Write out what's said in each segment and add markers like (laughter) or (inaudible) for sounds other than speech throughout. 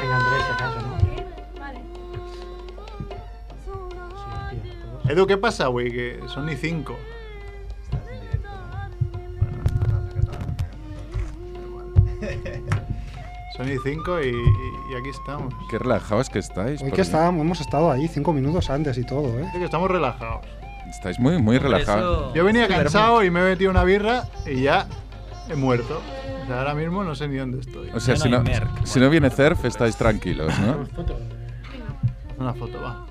Andrés, si acaso, ¿no? Vale. Sí, tío, todos Edu, ¿qué pasa, güey? Que son ni cinco. Estás en directo, ¿no? Son ni cinco y, y- y aquí estamos. Qué relajados que estáis. Hoy por que mí. estábamos, hemos estado ahí cinco minutos antes y todo, ¿eh? Creo que estamos relajados. Estáis muy, muy relajados. Yo venía Duerme. cansado y me he metido una birra y ya he muerto. O sea, ahora mismo no sé ni dónde estoy. O sea, Yo no si no, hay Merck. si no viene Cerf, estáis tranquilos, ¿no? Una foto, va.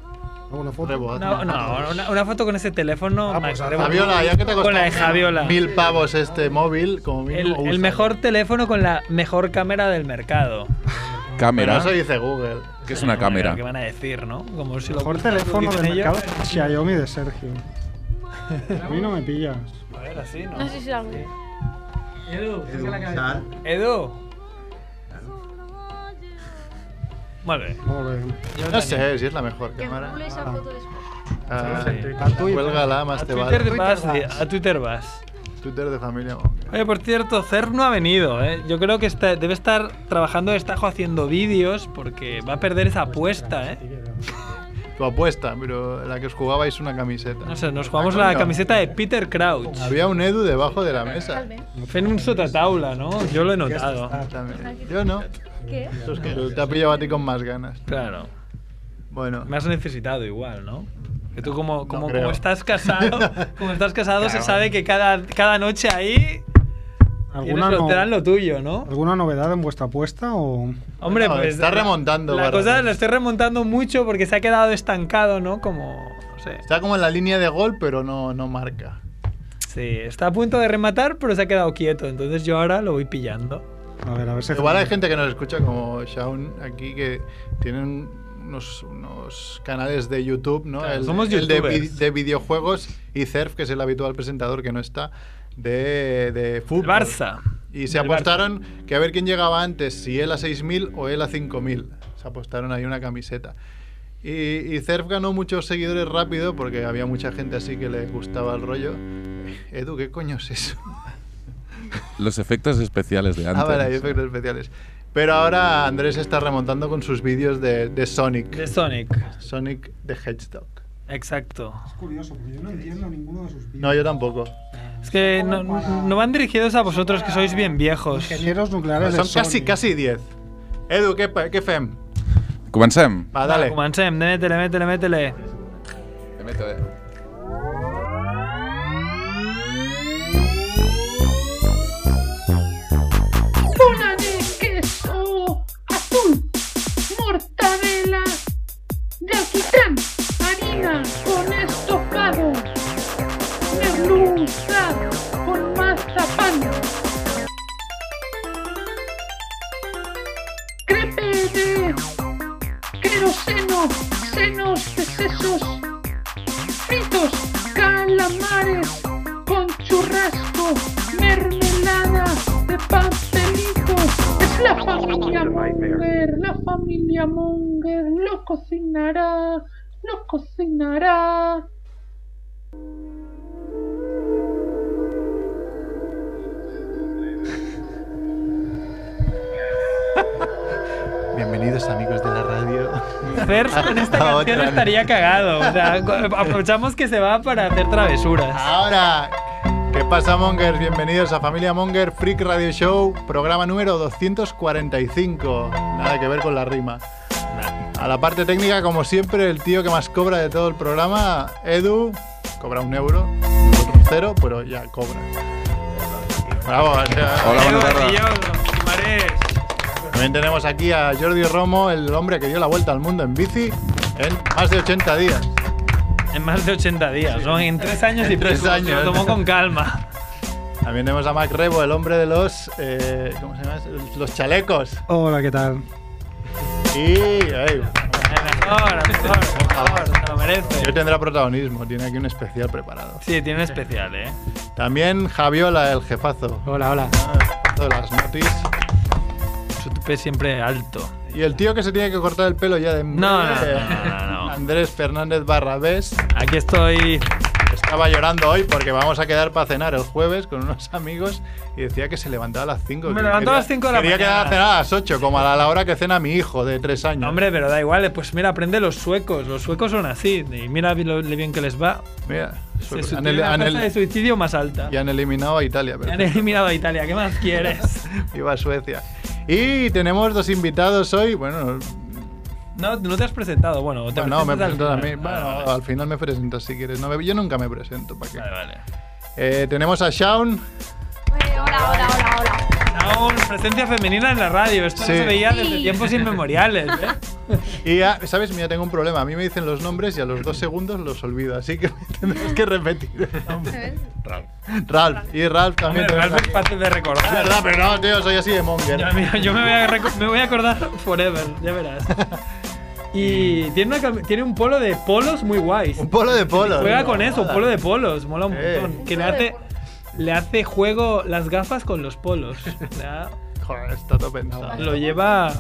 Hago una foto. Rebote. No, Ah, no, una, una foto con ese teléfono. Ah, Max, pues, rebote. Javiola, ya que te costó Con la de Javiola. mil pavos este móvil, como el, mínimo el úsalo. mejor teléfono con la mejor cámara del mercado. Pero Cámara, eso dice Google. que es una Bueno, cámara. ¿Qué van a decir, no? Como si lo Mejor lo teléfono dicen del ellos. mercado Xiaomi de (laughs) Sergio. A mí no me pillas. A ver, así, ¿no? No sé si es algo. Edu, saca la cabeza. sal. Edu. Muy bien. Molt bé. No sé si es la mejor Que cámara. Google esa foto después. Ah, Sí. A Twitter. Cuélgala, A más te Twitter este vale. vas, tío, a Twitter vas. Twitter de familia. Oye, por cierto, Cer no ha venido, ¿eh? Yo creo que está- debe estar trabajando de estajo haciendo vídeos porque va a perder esa apuesta, ¿eh? Tu apuesta, pero la que os jugabais una camiseta. No sé, nos jugamos la camiseta de Peter Crouch. Había un Edu debajo de la mesa. Tal vez. Fue en un sotataula, ¿no? Yo lo he notado. También. Yo no. ¿Qué? Eso es que te ha pillado a ti con más ganas. Claro. Bueno, Me has necesitado igual, ¿no? Que tú como, como, creo. como estás (laughs) casado, como estás casado se sabe que cada, cada noche ahí tienes ¿Alguna, lo, no- te dan lo tuyo, ¿no? ¿Alguna novedad en vuestra apuesta o...? Hombre, No, pues... está la- remontando, La Barra. cosa la estoy remontando mucho porque se ha quedado estancado, ¿no? Como... No sé. está como en la línea de gol, pero no, no marca. Sí, está a punto de rematar, pero se ha quedado quieto. Entonces yo ahora lo voy pillando. A ver, a ver si... Igual hay gente que nos escucha como Shaun aquí que tienen unos, unos canales de YouTube, ¿no? Claro, el, somos el de, youtubers. vi- de videojuegos y Cerf, que es el habitual presentador que no está, de, de El fútbol. Barça. Y se El Barça. apostaron que a ver quién llegaba antes, si él a 6.000 o él a 5.000. Se apostaron ahí una camiseta. Y, y Cerf ganó muchos seguidores rápido porque había mucha gente así que le gustaba el rollo. Eh, Edu, ¿qué coño es eso? Los efectos especiales de antes. Ah, vale, hay efectos especiales. Pero ahora Andrés está remontando con sus vídeos de, de Sonic. De Sonic. Sonic the Hedgehog. Exacto. Es curioso, porque yo no entiendo ninguno de sus vídeos. No, yo tampoco. Es que no, no van dirigidos a vosotros que sois bien viejos. Ingenieros nucleares de Son casi, Sony. casi 10. Edu, ¿qué, pa- qué fem? Comencem. Va, Ah, dale. Comencem, métele, métele, métele. eh. Bola de queso azul, mortadela de alquitrán, harina con estofado, merluza con mazapán, crepe de queroseno, senos de sesos, fritos, calamares con churrasco, mermelada de pastelitos. Es la familia Munger, la familia Munger lo cocinará, lo cocinará. Bienvenidos amigos de la radio. (laughs) Fer en esta A canción Ah, otra, ¿no? estaría cagado. O (laughs) sea, cu- aprovechamos que se va para hacer travesuras. Ahora, ¿qué pasa Mongers? Bienvenidos a Familia Monger Freak Radio Show, programa número 245. Nada que ver con la rima. A la parte técnica, como siempre, el tío que más cobra de todo el programa, Edu, cobra un euro, nosotros cero, pero ya cobra. Bravo, o sea, Hola, Diego bona tarda. Berlioz, Guimarães. también tenemos aquí a Jordi Romo, el hombre que dio la vuelta al mundo en bici en más de 80 días. En más de 80 días, ¿no? En tres años y En tres pico, se años. Lo tomó con calma. También tenemos a Mac Rebo, el hombre de los, eh, ¿cómo se llama? Los chalecos. Hola, ¿qué tal? Y ey, Eh, Mejor, mejor, mejor. Se lo merece. hoy tendrá protagonismo, tiene aquí un especial preparado. Sí, tiene un especial, ¿eh? También Javiola, el jefazo. Hola, hola. jefazo de las notis. Su tupe siempre alto. Y el tío que se tiene que cortar el pelo ya de... No, no, no, no, no, no. Andrés Fernández Barrabés. Aquí estoy Estaba llorando hoy porque vamos a quedar para cenar el jueves con unos amigos y decía que se levantaba a las 5. Me levanto a las cinco de la Quería quedar a mañana. cenar a las 8, como a la, la hora que cena mi hijo de 3 años. No, hombre, pero da igual. eh, Pues mira, aprende los suecos. Los suecos son así. Y mira lo lo bien que les va. Mira, Se han su- ele- tienen la han tasa ele- de suicidio más alta. y han eliminado a Italia. Ya perfecto. han eliminado a Italia. ¿Qué más (laughs) quieres? Iba a Suecia. Y tenemos dos invitados hoy. Bueno, No, no te has presentado. Bueno, te no, (laughs) me presentas presentas a al mí. final. Bueno, Vale, al final me presentas si quieres. No me- yo nunca me presento. ¿para qué? Vale, vale. Eh, tenemos a Shaun. Hola, hola, hola, hola. Aún presencia femenina en la radio. Esto Sí. no se veía Sí. desde tiempos inmemoriales. ¿eh? Y, (laughs) a- ¿sabes? Mira, tengo un problema. A mí me dicen los nombres y a los dos segundos los olvido. Así que (laughs) tendrás que repetir. Ralph. Y Ralph Hombre, también. tenemos Ralph es aquí. fácil de Es recordar. verdad, pero no, tío, soy así de monger. Ya, mira, yo me voy, a reco- me voy a acordar forever, ya verás. (laughs) Y tiene, una cam- tiene un polo de polos muy guays. Un polo de polo. Juega tío, con eso, mola. un polo de polos, mola un Eh. montón. Que Un le polo de hace, le hace juego las gafas con los polos. ¿verdad? Joder, está todo pensado. Lo lleva.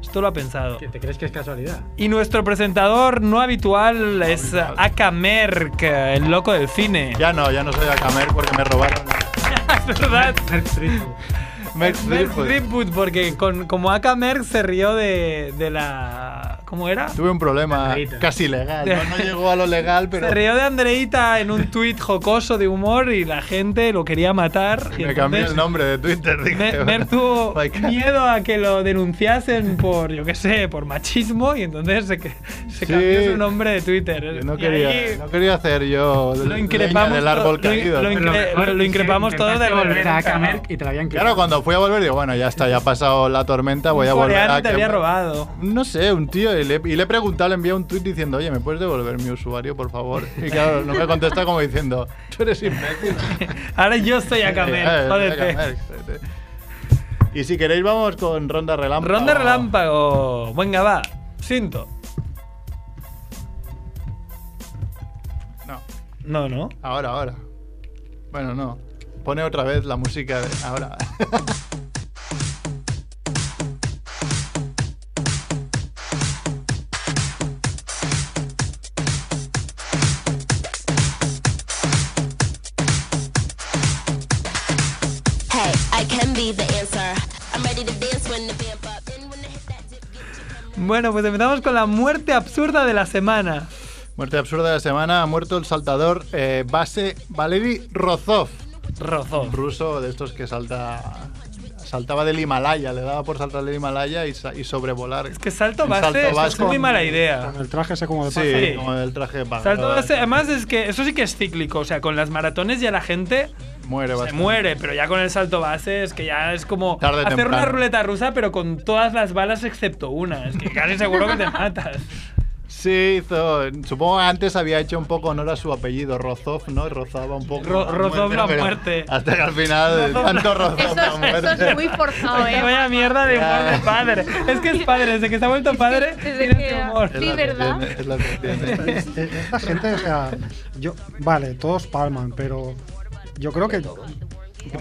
Esto lo ha pensado. ¿Te crees que es casualidad? Y nuestro presentador no habitual es Aka Merck, el loco del cine. Ya no, ya no soy a Camer porque me robaron. (laughs) es verdad. Merck Merck Streep. Ripwood, porque con, como Aka Merck se rió de, de la. ¿Cómo era? Tuve un problema Carrerita. casi legal. No, No llegó a (laughs) lo legal, pero Se rió de Andreita en un tuit jocoso de humor y la gente lo quería matar. y me cambié entonces el nombre de Twitter. Dije, Mer, Mer (laughs) tuvo "My God". miedo a que lo denunciasen por, yo qué sé, por machismo y entonces se, que- se Sí. cambió su nombre de Twitter. Yo no, Y quería, ahí no quería hacer yo Lo leña increpamos del árbol todo- lo in- caído. lo in- Pero Eh, mejor lo increpamos hicieron, todo de intentaste volver a reversa. Camerc y te la habían Claro, quitado. cuando fui a volver, digo, bueno, ya está, ya ha pasado la tormenta, voy a un volver coreano a te había quemar. robado. No sé, un tío, y le, y le he preguntado, le envié un tuit diciendo, oye, ¿me puedes devolver mi usuario, por favor? Y claro, no me contesta como diciendo, tú eres (laughs) imbécil. Ahora yo soy (laughs) a Eh, eh, Camel, jódete. venga, Merck, jódete. Y si queréis, vamos con ronda relámpago. Ronda relámpago. Venga, va. Cinto. No, No, no. ahora, ahora. Bueno, no. Pone otra vez la música de ahora. (laughs) Hey, I can be the answer. I'm ready to dance when the vamp up. And when I hit that dip, get you coming. Bueno, pues empezamos con la muerte absurda de la semana. Muerte absurda de la semana, ha muerto el saltador eh, base Valery Rozov, Rozó. ruso de estos que salta saltaba del Himalaya, le daba por saltar del Himalaya y, sa- y sobrevolar. Es que salto En base, salto esto es base. muy mala idea. Con el traje ese como de paja. Sí, Sí. como el traje de paja. Salto base, además es que eso sí que es cíclico, o sea, con las maratones ya la gente Muere em- se bastante. muere, pero ya con el salto base es que ya es como Tarde o hacer temprano. una ruleta rusa, pero con todas las balas excepto una. Es que casi seguro que te matas. Sí, hizo. Supongo que antes había hecho un poco honor a su apellido, Rozov, ¿no? Rozaba un poco. Ro- Rozov la pero muerte. Hasta que al final, tanto Rozov Eso la es, muerte. eso es (laughs) muy forzado, Qué ¿eh? vaya mierda de humor de padre. Es que es padre, desde que se ha vuelto padre, Desde tiene que- este humor. Sí, Es la que ¿verdad? tiene, es la que (laughs) tiene. Es- es- Esta gente, o sea, yo, vale, todos palman, pero yo creo que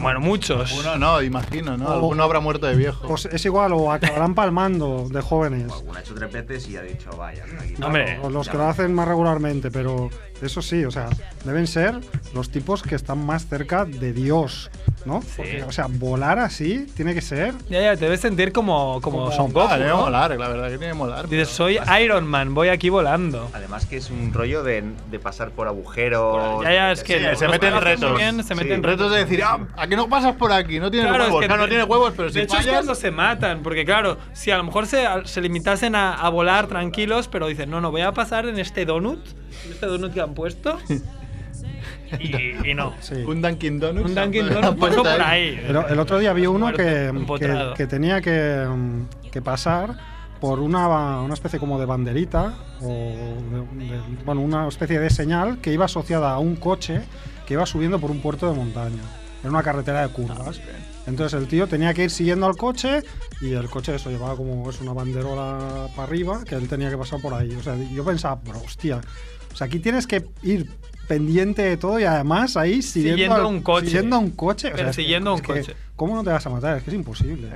Bueno, muchos. Uno no, imagino, ¿no? Oh. O- Alguno habrá muerto de viejo. pues, es igual o acabarán palmando de jóvenes. Alguna ha hecho tres veces y ha dicho, vaya, hasta aquí. Hombre, O los que lo hacen más regularmente, pero eso sí, o sea, deben ser los tipos que están más cerca de Dios, ¿no? Porque, o sea, volar así tiene que ser. ya, ya, te debes sentir como, como Son Goku, Ah, tiene que ¿no? molar, la verdad que tiene que molar. Dices, soy Iron Man, voy aquí volando. Además que es un rollo de, de pasar por agujeros. Ya, ya, es que- Sí, Sí, se Los meten juegos retos. también se meten retos de decir, ah, ¿a qué no pasas por aquí? No tiene es huevos. que Claro, no te- tiene huevos, pero si De hecho, es fallas. cuando se matan, porque claro, si a lo mejor se, se limitasen a, a volar tranquilos, pero dicen, no, no, voy a pasar en este donut, en este donut que han puesto, (laughs) y, y no. Sí. Un Dunkin' Donuts. Un Dunkin' (laughs) ¿no? Donuts puesto por El, ahí. el otro día vi uno Muerto, que, que, empotrado. que tenía que, mm, que pasar por una, ba- una especie como de banderita o de- de- bueno, una especie de señal que iba asociada a un coche que iba subiendo por un puerto de montaña en una carretera de Ah, curvas. Entonces el tío tenía que ir siguiendo al coche y el coche eso llevaba como es una banderola para arriba que él tenía que pasar por ahí. O sea, yo pensaba, pero hostia, o sea, aquí tienes que ir pendiente de todo y además ahí siguiendo, Siguiendo al- a un coche. Siguiendo a un coche. O sea, es que- Persiguiendo a un es que, coche. ¿Cómo no te vas a matar? Es que es imposible.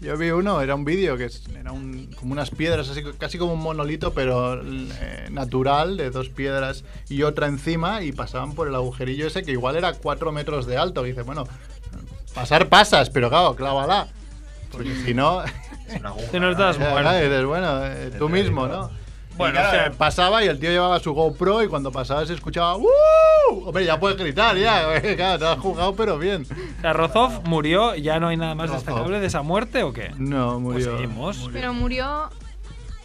Yo vi uno, era un vídeo que es- era un- como unas piedras, así, casi como un monolito, pero eh, natural, de dos piedras y otra encima, y pasaban por el agujerillo ese que igual era cuatro metros de alto. Y dices, bueno, pasar pasas, pero claro, clávala. Porque (laughs) si no. (laughs) Si no estás Ya, muerto. ya, dices, bueno, eh, tú mismo, ¿no? Bueno, Y claro, o sea- eh, pasaba y el tío llevaba su GoPro y cuando pasaba se escuchaba ¡Uh! Hombre, ya puedes gritar, ya. (laughs) Claro, te has jugado, pero bien. O sea, Rozov murió, ya no hay nada más destacable de esa muerte o qué? No, murió. Pues seguimos. Pero murió.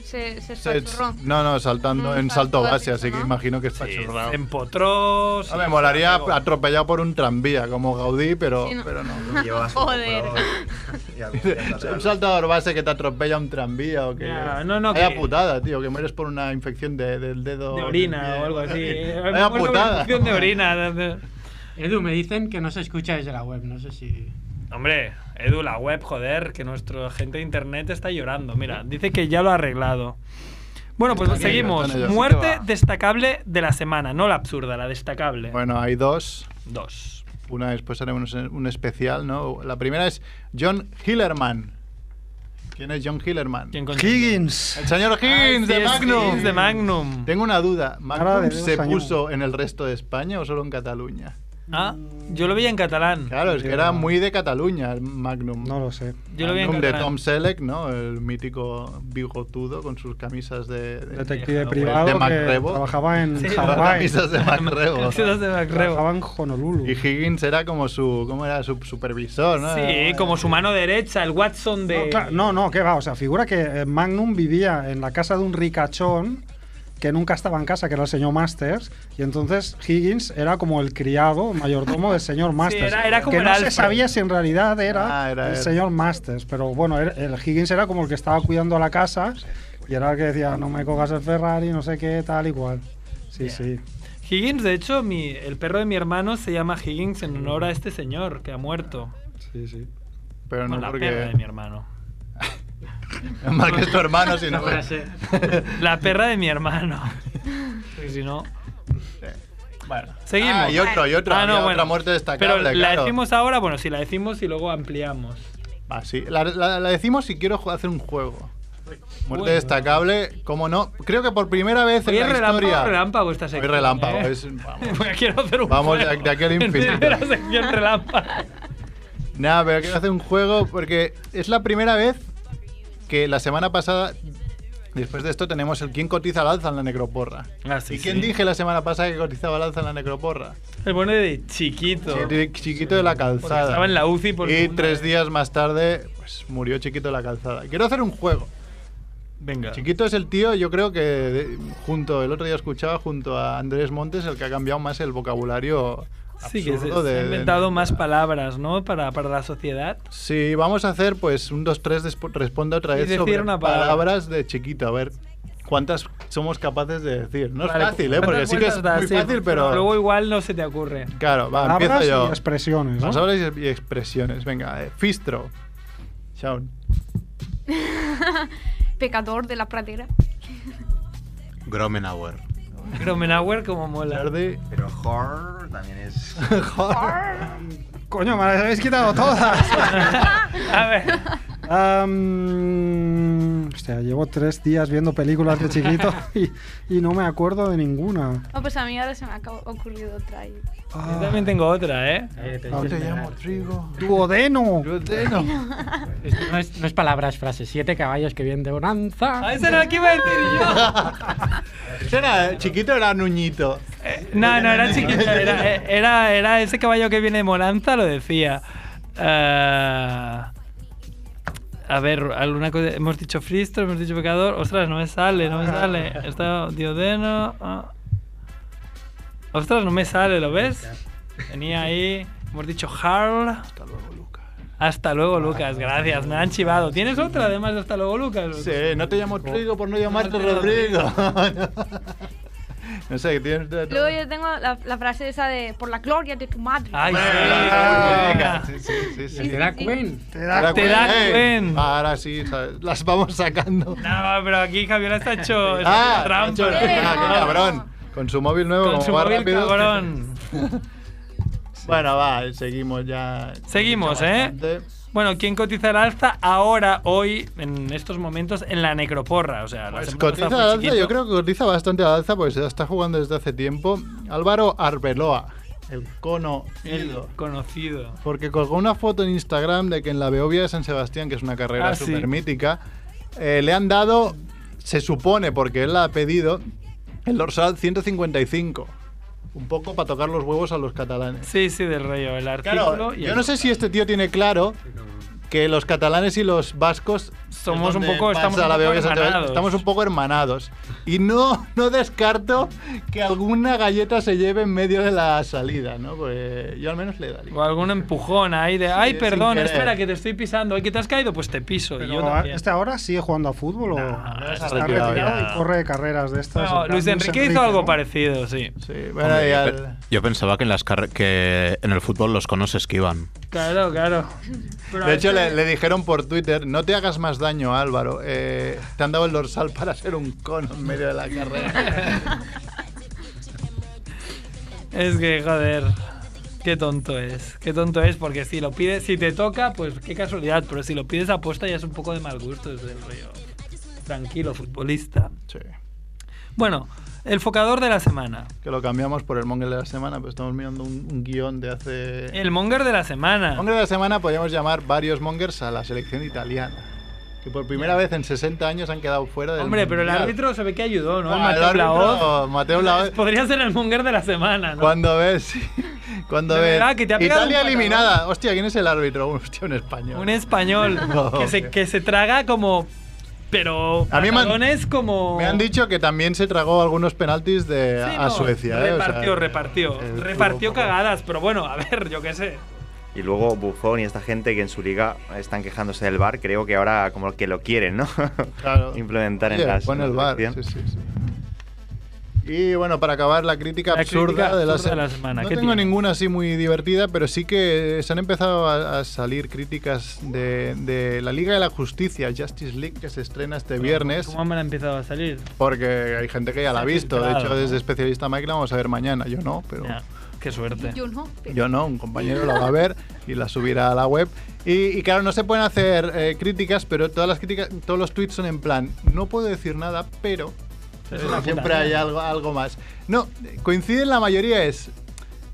Se, se Se- espachurró. no, no, saltando Mm, en salto base, así que imagino que está churrado. No, me molaría atropellado por un tranvía, como Gaudí, pero, Sí, no. pero (laughs) no. Joder. un saltador base que te atropella un tranvía o que. Ya, no, no, Vaya que- putada, tío, que mueres por una infección de- del dedo. De orina o algo así. Vaya putada. Infección de orina. Edu, me dicen que no se escucha desde la web, no sé si... Hombre, Edu, la web, joder, que nuestro gente de internet está llorando. Mira, dice que ya lo ha arreglado. Bueno, pues Están ellos, seguimos. están ellos. Muerte destacable de la semana, no la absurda, la destacable. Bueno, hay dos. Dos. Una después haremos un especial, ¿no? La primera es John Hillerman. ¿Quién es John Hillerman? Higgins. El señor Higgins Ay, Ah, sí, de es Magnum. Higgins de Magnum. Tengo una duda. Cara de ¿Magnum Dios, se señor. puso en el resto de España o solo en Cataluña? Ah, yo lo veía en catalán. Claro, es que era muy de Cataluña el Magnum. No lo sé. Yo lo vi en Magnum de catalán. Tom Selleck, ¿no? El mítico bigotudo con sus camisas de... de- (laughs) Detective de- privado De que Macrebo. trabajaba en Sí, Las Hawái. camisas de Macrebo. Camisas de Macrebo. Trabajaba en Honolulu. (laughs) Y Higgins era como su... ¿Cómo era? Su supervisor, ¿no? Sí, Era- como su mano derecha, el Watson de. No, claro, no, no, que va. O sea, figura que eh, Magnum vivía en la casa de un ricachón que nunca estaba en casa, que era el señor Masters, y entonces Higgins era como el criado, mayordomo (laughs) del señor Masters. era- era como que el no Alfred. se sabía si en realidad era, Ah, era el él. señor Masters, pero bueno, era- el Higgins era como el que estaba cuidando la casa y era el que decía, no me cogas el Ferrari, no sé qué, tal y cual. Sí, sí. Higgins, de hecho, mi, el perro de mi hermano se llama Higgins en honor a este señor que ha muerto. Sí, sí. Pero Bueno, no la perra de porque... mi hermano. (laughs) Mal que es tu hermano, si no... Ahora (laughs) sé. La perra de mi hermano. Porque si no. Bueno. Seguimos. Ah, y otro, y otro. Ah, no, había bueno. otra muerte destacable, Pero la claro. decimos ahora, bueno, si la decimos y luego ampliamos. Ah, sí. La, la- la decimos si quiero ju- hacer un juego. Muerte Bueno. destacable, cómo no. Creo que por primera vez Hoy en es la relámpago, historia. relámpago esta Hoy sección. (laughs) relámpago, ¿eh? es- vamos. Quiero hacer un Vamos juego. de- de aquel infinito. Primera sección relámpago. Nada, pero quiero hacer un juego porque es la primera vez que la semana pasada, después de esto, tenemos el quién cotiza al alza en la necroporra. Ah, sí, ¿Y quién sí. dije la semana pasada que cotizaba al alza en la necroporra? Se pone de chiquito. Chi- Chiquito de la Porque calzada. estaba en la UCI por Y segunda tres vez. días más tarde, pues murió Chiquito de la calzada. Quiero hacer un juego. Venga. Chiquito es el tío, yo creo que de- junto, el otro día escuchaba junto a Andrés Montes el que ha cambiado más el vocabulario absurdo Sí, que se, se de- ha de- inventado más palabras, ¿no? Para, para la sociedad. Sí, vamos a hacer pues un 2-3, despo- responda otra Y vez decir sobre una palabra. palabras de chiquito, a ver cuántas somos capaces de decir. No Vale, es fácil, ¿eh? Porque ¿cuántas sí que es vueltas das? muy Sí, fácil, pero... Luego igual no se te ocurre. Claro, va, Ah, empiezo Palabras y yo. expresiones, ¿no? Palabras y- y expresiones, venga, eh, fistro. Shaun. Pecador de la pradera. Gromenauer. Gromenauer como (laughs) mola. Jordi. Pero horror también es. Coño, me las habéis quitado (laughs) todas. A ver. Am, hostia, llevo tres días viendo películas (laughs) de chiquito y, y no me acuerdo de ninguna. No, pues a mí ahora se me ha acab- ocurrido otra. ahí. Yo también tengo otra, ¿eh? Yo te llamo trigo. Ah, Duodeno. Duodeno. Esto no, es, no es palabras, frases. Siete caballos que vienen de bonanza. Ah, esa era la que iba a decir yo. (laughs) Ese era- chiquito era Nuñito. Eh, No, no, era chiquita. Era, era, era ese caballo que viene de Moranza, lo decía. Ah, a ver, alguna cosa. Hemos dicho Fristro, hemos dicho Pecador. Ostras, no me sale, no me sale. Está Diodeno. ah. Ostras, no me sale, ¿lo ves? Tenía ahí. Hemos dicho Harl. Hasta luego, Lucas. Hasta luego, Lucas. Gracias, me han chivado. ¿Tienes otra además de Hasta luego, Lucas? Sí, no te llamo Trigo por no No llamarte te Rodrigo. (laughs) no sé, tienes. Luego yo tengo la, la frase esa de por la gloria de tu madre. Ay, sí. Venga. Sí, sí, sí, sí. ¿Te da Queen? Te da Eh, cuen. Ahora sí, ¿sabes? las vamos sacando. No, pero aquí Javier está hecho. está Ah, hecho trampa. macho, ah, qué cabrón. Con su móvil nuevo, Con como su va móvil rápido. cabrón. Bueno, va, seguimos ya. Seguimos, ¿eh? Bastante. Bueno, ¿quién cotiza al alza ahora, hoy, en estos momentos, en la necroporra? O sea, la Pues hemos cotiza pasado al por alza, chiquito. yo creo que cotiza bastante al alza, pues está jugando desde hace tiempo. Álvaro Arbeloa, el cono El ido. conocido. Porque colgó una foto en Instagram de que en la Beovia de San Sebastián, que es una carrera Ah, sí. súper mítica, eh, le han dado, se supone, porque él la ha pedido, el dorsal 155. Un poco para tocar los huevos a los catalanes. Sí, sí, del rollo. El artículo Claro, y yo el- no sé si este tío tiene claro que los catalanes y los vascos Somos es un donde poco- pasa estamos un la poco Beovia San Sebastián. hermanados. Estamos un poco hermanados. Y no, no descarto que alguna galleta se lleve en medio de la salida, ¿no? Pues yo al menos le daría. O algún empujón ahí de, ay, sin perdón, querer". espera, que te estoy pisando, ay, que te has caído, pues te piso. y Pero yo a- también. ¿Este ahora sigue jugando a fútbol o se ha está retirado retirado ya. y corre carreras de estas? No, en plan Luis Enrique hizo ¿no? algo parecido, sí. Sí, bueno, y al- Yo pensaba que en, las carre- que en el fútbol los conos se esquivan. Claro, claro. Pero De a hecho, este- le, le dijeron por Twitter, no te hagas más daño, Álvaro. eh, te han dado el dorsal para ser un cono en medio de la (laughs) carrera. Es que, joder, qué tonto es. Qué tonto es, porque si lo pides, si te toca, pues qué casualidad, pero si lo pides apuesta ya es un poco de mal gusto, es del rollo. Tranquilo, futbolista. Sí, Bueno, el focador de la semana. que lo cambiamos por el Monger de la semana, pero estamos mirando un, un guión de hace... El monger de la semana. Monger de la semana podríamos llamar varios Mongers a la selección italiana, que por primera vez en 60 años han quedado fuera del Hombre, pero el Mundial. árbitro se ve que ayudó, ¿no? El Ah, el Mateo árbitro, Blaoz. Mateo Blaoz. Podría ser el monger de la semana, ¿no? Cuando ves, cuando De ves. verdad, que te ha pegado Italia un patadón. eliminada. Hostia, ¿quién es el árbitro? Hostia, un español. Un español (laughs) No, que, se, tío. que se traga como. Pero. A mí me han- patadones como. Me han dicho que también se tragó algunos penaltis de, Sí, a no, Suecia. ¿eh? O sea, Repartió, repartió. eh, repartió tuvo poco. cagadas, pero bueno, a ver, yo qué sé. Y luego Buffon y esta gente que en su liga están quejándose del bar, creo que ahora como que lo quieren, ¿no? Claro. (laughs) Implementar Oye, en las. pon en el la VAR, selección. sí, sí, sí. Y bueno, para acabar, la crítica La absurda, crítica de, la absurda de la se- semana, No ¿qué tengo tiene? ninguna así muy divertida, pero sí que se han empezado a, a salir críticas de, de la Liga de la Justicia, Justice League, que se estrena este viernes. ¿Cómo me la ha empezado a salir? Porque hay gente que ya la ha Se ha visto. De filtrado, hecho, ¿no? desde especialista Mike la vamos a ver mañana. Yo no, pero. Ya, qué suerte. Yo no. Yo no, un compañero la va a ver y la subirá a la web. Y, y claro, no se pueden hacer eh, críticas, pero todas las críticas, todos los tweets son en plan, no puedo decir nada, pero Es eh, una puta siempre hay mierda. algo, algo más. No, coinciden la mayoría es,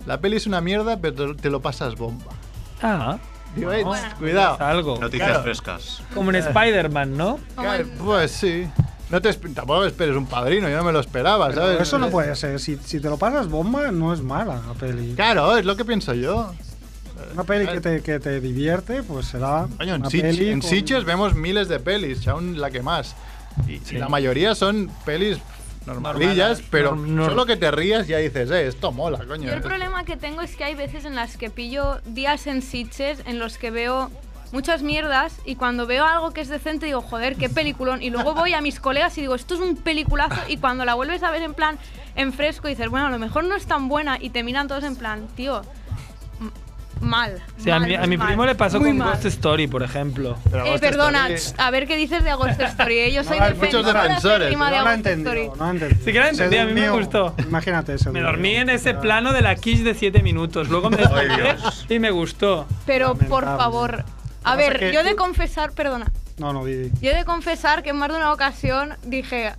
la peli es una mierda, pero te- te lo pasas bomba. Ah, Digo, Bueno, "Eh, cuidado. algo. Noticias Claro. frescas. Como eh. en Spider-Man, ¿no? Claro, Pues sí. No te, esp- tampoco esperes un padrino, yo no me lo esperaba, Pero ¿sabes? eso no puede ser. Si, si te lo pasas bomba, no es mala la peli. Claro, es lo que pienso yo. Una peli que te, que te divierte, pues será. Coño, en, una Sitges- peli en con- Sitges vemos miles de pelis, aún la que más. Y, y Sí. la mayoría son pelis normalillas, Normales, pero norm- norm- solo que te rías ya dices, eh, esto mola, coño. Yo el problema que tengo es que hay veces en las que pillo días en Sitges en los que veo muchas mierdas y cuando veo algo que es decente digo, joder, qué peliculón. Y luego voy a mis colegas y digo, esto es un peliculazo. Y cuando la vuelves a ver en plan, en fresco, dices, bueno, a lo mejor no es tan buena. Y te miran todos en plan, tío, m- mal. Sí, a mal, mi, a mi mal, primo le pasó muy con mal". Ghost Story, por ejemplo. Pero Eh, Ghost perdona, Story- ch, a ver qué dices de Ghost Story. eh. Yo soy hay defen- muchos soy una defensores, víctima No de la he Ghost Story. entendido, no la he entendido. Sí que la he Se entendido, a mí me durmió. gustó. Imagínate eso. Me dormí en ese plano de la quiche de 7 minutos. Luego me desperté y me gustó. Pero por Lamentable. favor, a pasa ver, que yo he de tú- confesar, perdona, No, no, di. yo he de confesar que en más de una ocasión dije,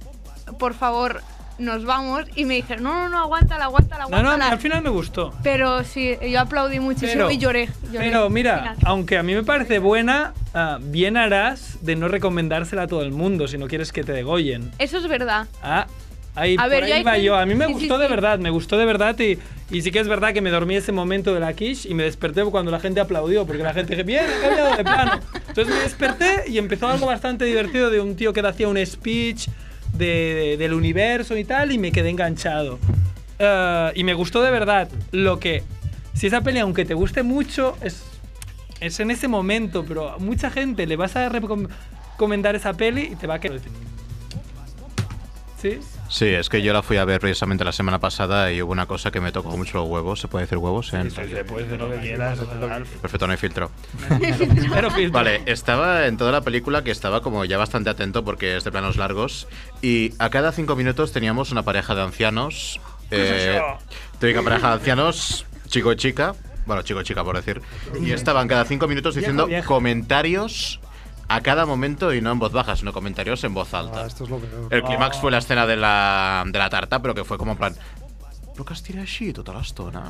por favor, nos vamos, y me dijeron, no, no, no, aguántala, aguántala, No, no, aguántala. al final me gustó. Pero sí, yo aplaudí muchísimo Pero- y lloré, lloré Pero al mira, final. aunque a mí me parece buena, ah, bien harás de no recomendársela a todo el mundo si no quieres que te degollen. Eso es verdad. Ah, ahí, A por ver, ahí yo hay va gente- yo. A mí me sí, sí, gustó de sí. verdad, me gustó de verdad y, y sí que es verdad que me dormí ese momento de la quiche y me desperté cuando la gente aplaudió porque la gente dije, bien, he cambiado de plano. Entonces me desperté y empezó algo bastante divertido de un tío que hacía un speech de- del universo y tal y me quedé enganchado. Eh, y me gustó de verdad lo que... Si esa peli, aunque te guste mucho, es es en ese momento, pero a mucha gente le vas a recom- recomendar esa peli y te va a querer. ¿Sí? Sí, es que yo la fui a ver precisamente la semana pasada y hubo una cosa que me tocó mucho los huevos. ¿Se puede decir huevos? en radio? Después de lo que quieras, Perfecto, no hay filtro. Pero filtro. Vale, estaba en toda la película que estaba como ya bastante atento porque es de planos largos y a cada cinco minutos teníamos una pareja de ancianos Eh, típica pareja de ancianos, chico y chica, bueno, chico y chica por decir, y estaban cada cinco minutos diciendo comentarios a cada momento y no en voz baja, sino comentarios en voz alta. Ah, Esto es lo peor. El clímax fue la escena de la, de la tarta, pero que fue como en plan. ¿Por qué has tirado así toda la estona?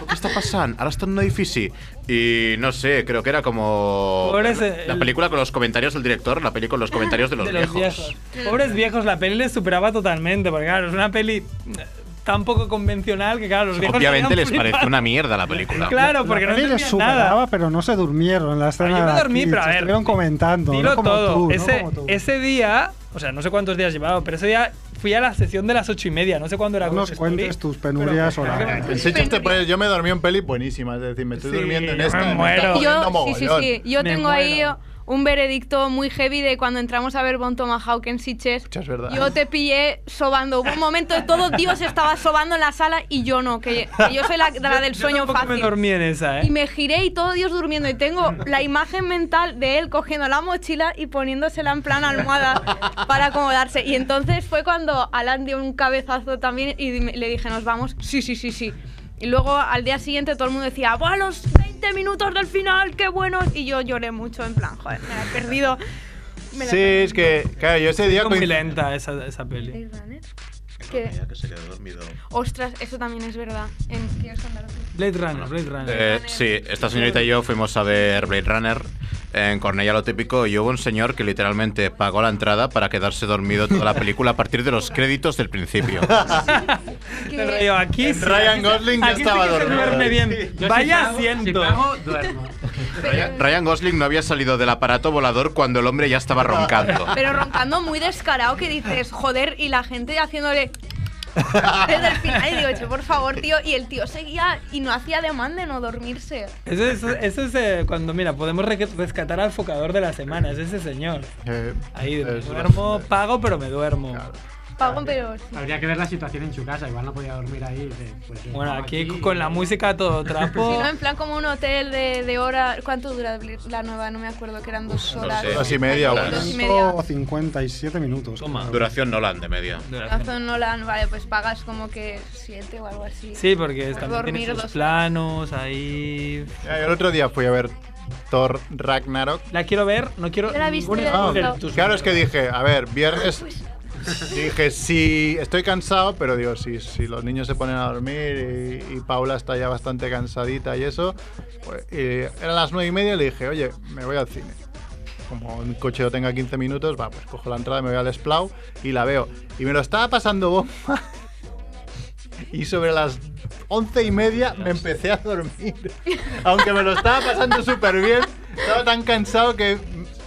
¿Por qué está pasando? Ahora está en un edificio. Y no sé, creo que era como. Pobres, la, eh, la el- película con los comentarios del director, la peli con los comentarios de los, viejos. Pobres viejos, la peli les superaba totalmente, porque claro, es una peli eh, tan poco convencional que claro, los viejos Obviamente salían (laughs) les flipados. parece una mierda la película. Claro, porque no La peli les entendían superaba, nada. Ah, pero no se durmieron en la escena. yo me de la dormí, actriz, pero a ver, Estuvieron comentando. Dilo no como todo. tú, no ese, como tú. ese día, o sea, no sé cuántos días llevaba, pero ese día fui a la sesión de las ocho y media, no sé cuándo era. No nos Ghost cuentes Story. tus penurias horarias. En Sitges te pones- yo me dormí en peli buenísima, es decir, me estoy Sí, durmiendo en yo esta. me está muero. poniendo Yo, sí, sí, mogollón. sí. Yo Me tengo ahí un veredicto muy heavy de cuando entramos a ver Bon Tomahawk en Sitges. Mucho, es verdad. Yo te pillé sobando. Hubo un momento de todo Dios estaba sobando en la sala y yo no, que, que yo soy la, de la del sueño Tampoco me fácil. dormí en esa, Y ¿eh? me giré y todo Dios durmiendo y tengo la imagen mental de él cogiendo la mochila y poniéndosela en plan almohada para acomodarse. Y entonces fue cuando Alan dio un cabezazo también y dime- le dije, nos vamos. Sí, sí, sí, sí. Y luego al día siguiente todo el mundo decía, ¡buah, los 20 minutos del final, qué buenos! Y yo lloré mucho en plan, joder, me la he perdido. Me la Sí, he es que, claro, yo ese día Es muy coinc- lenta esa, esa peli. perdido. Runner, que- que se quedó dormido. ostras, eso también es verdad. En- ¿qué os andaros? Blade Runner, Blade Runner. Eh, sí, esta señorita y yo fuimos a ver Blade Runner en Cornella lo típico y hubo un señor que literalmente pagó la entrada para quedarse dormido toda la película a partir de los créditos del principio. Te rollo, aquí sí, Ryan aquí- Gosling ya aquí sí estaba que se dormido. duerme bien. Vaya asiento. Ryan, Ryan Gosling no había salido del aparato volador cuando el hombre ya estaba roncando. Pero roncando muy descarado que dices, joder, y la gente haciéndole desde el final y digo, che, por favor, tío. Y el tío seguía y no hacía demanda de no dormirse. Eso es, eso es eh, cuando, mira, podemos re- rescatar al focador de la semana, es ese señor. Eh, Ahí, de- me es- duermo, pago, pero me duermo. Pago, pero. Habría que ver la situación en su casa, igual no podía dormir ahí. de, pues, de- Bueno, no, aquí con la música a todo Si trapo. no, en plan como un hotel de, de hora. ¿Cuánto dura la nueva? No me acuerdo, que eran dos horas. sé. Dos y media, Dos bueno. y media. Solo 57 minutos. Toma. Duración Nolan de media. Razón Nolan, vale, pues pagas como que siete o algo así. Sí, porque Por también dormir tiene sus dos- planos ahí. Ya, yo el otro día fui a ver Thor Ragnarok. La quiero ver, no quiero. Yo la he visto ningún y la he spoiler. visto. Tus- Ah, Claro, es que dije, a ver, viernes. Dije, sí, estoy cansado, pero digo, si, si los niños se ponen a dormir y, y Paula está ya bastante cansadita y eso, pues, y eran las nueve y media y le dije, oye, me voy al cine. Como el coche yo tenga 15 minutos, va, pues cojo la entrada, me voy al Splau y la veo. Y me lo estaba pasando bomba. (laughs) Y sobre las once y media me empecé a dormir. (laughs) Aunque me lo estaba pasando súper bien, estaba tan cansado que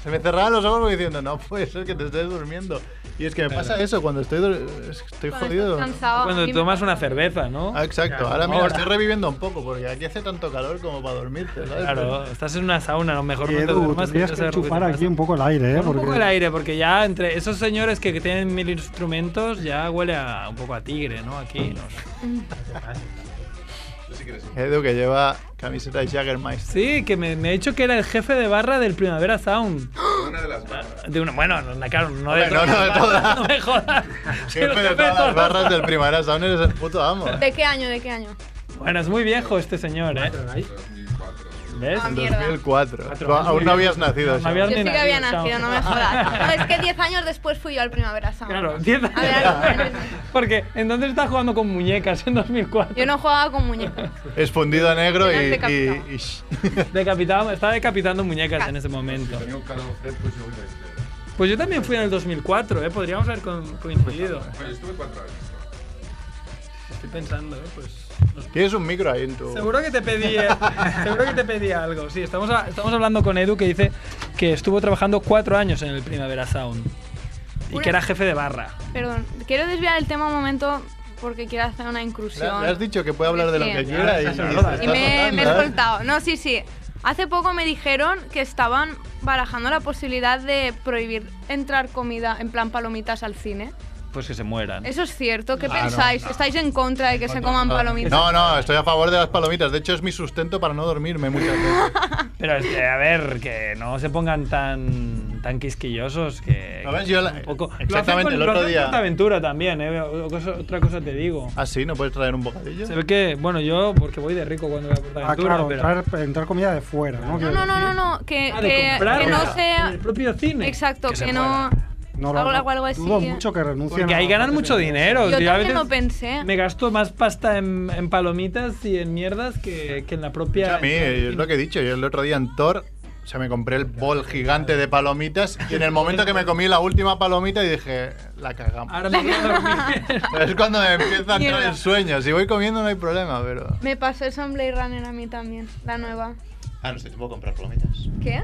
se me cerraban los ojos como diciendo, no puede ser que te estés durmiendo. Y es que me pasa eso cuando estoy, dur- es que estoy Cuando jodido. estás cansado, a Cuando mí me- tomas una cerveza, ¿no? Ah, exacto, ahora mira, estoy reviviendo un poco porque aquí hace tanto calor como para dormirte, ¿sabes? Claro, estás en una sauna, a lo mejor Y no te Edu, duermas. pero tendrías que sabes lo te chupar pasa. aquí un poco el aire, ¿eh? Un poco el Porque aire, porque ya entre esos señores que tienen mil instrumentos ya huele a, un poco a tigre, ¿no? Aquí. no sé. Edu que lleva camiseta de Jaggermeister. Sí, que me, me ha dicho que era el jefe de barra del Primavera Sound. Una de las barras. De una, bueno, no, no, claro, no de Hombre, no, todas no de las todas. barras, no me jodas. Sí, (laughs) Jefe el de todas las barras del Primavera Sound eres el puto amo. ¿De qué año? ¿De qué año? Bueno, es muy viejo este señor, ¿eh? ¿Ves? Ah, mierda. 2004. No, aún no habías nacido. No Xavi. habías Yo sí ni que había nacido, nacido, no Sam. me (laughs) jodas. No, es que 10 años después fui yo al Primavera Sound. Claro, 10 años. A ver, a ver, (laughs) Porque entonces estás jugando con muñecas en 2004. Yo no jugaba con muñecas. Es fundido a negro Yo no y, he decapitado. y- y- Decapitaba- estaba decapitando muñecas en ese momento. Tenía un calor fresco y yo voy a la Pues yo también fui en el 2004, ¿eh? Podríamos haber con- coincidido. Oye, estuve cuatro años. Estoy pensando, ¿eh? Pues... (laughs) Tienes un micro ahí en tu. Seguro que te pedí, eh, seguro que te pedí algo. Sí, estamos, a- estamos hablando con Edu que dice que estuvo trabajando cuatro años en el Primavera Sound y que era jefe de barra. Perdón, quiero desviar el tema un momento porque quiero hacer una Le, incursión. le has dicho que puede hablar de lo que Sí. quiera y, y se está y me, me he soltando, ¿eh? soltado. No, sí, sí. Hace poco me dijeron que estaban barajando la posibilidad de prohibir entrar comida en plan palomitas al cine. pues que se mueran. Eso es cierto. ¿Qué Claro, pensáis? Ah, no. ¿Estáis en contra de que se coman palomitas? No, no, estoy a favor de las palomitas. De hecho, es mi sustento para no dormirme muchas veces. Pero es que, a ver, que no se pongan tan tan quisquillosos que, ¿No ves? Yo la- un poco Lo hacen exactamente, con- el lo otro hacen día- con Aventura también, eh, o- o cosa- otra cosa te digo. ¿Ah, sí? ¿No puedes traer un bocadillo? Se ve que, bueno, yo porque voy de rico cuando voy a Ah, Portaventura, claro, pero traer- entrar comida de fuera, ¿no? No, Quiero no, no, decir. no, no, Que, Ah, de que, comprar que no fuera, sea. en el propio cine. Exacto, Que que, se no. No, Algo- algo- algo así, Dudo eh. mucho que renuncien. porque a- ahí ganan mucho dinero. Yo tío, a también veces lo pensé. me gasto más pasta en, en palomitas y en mierdas que, que en la propia. A mí, es lo que he dicho. Yo el otro día en Thor, o sea, me compré el bol gigante de palomitas y en el momento que me comí la última palomita y dije, la cagamos. Ahora me voy a dormir. (laughs) Es cuando me empieza a entrar Mierda. el sueño. Si voy comiendo no hay problema, pero... Me pasó eso en Blade Runner a mí también, la nueva. Ah, no estoy tiempo de comprar palomitas. ¿Qué?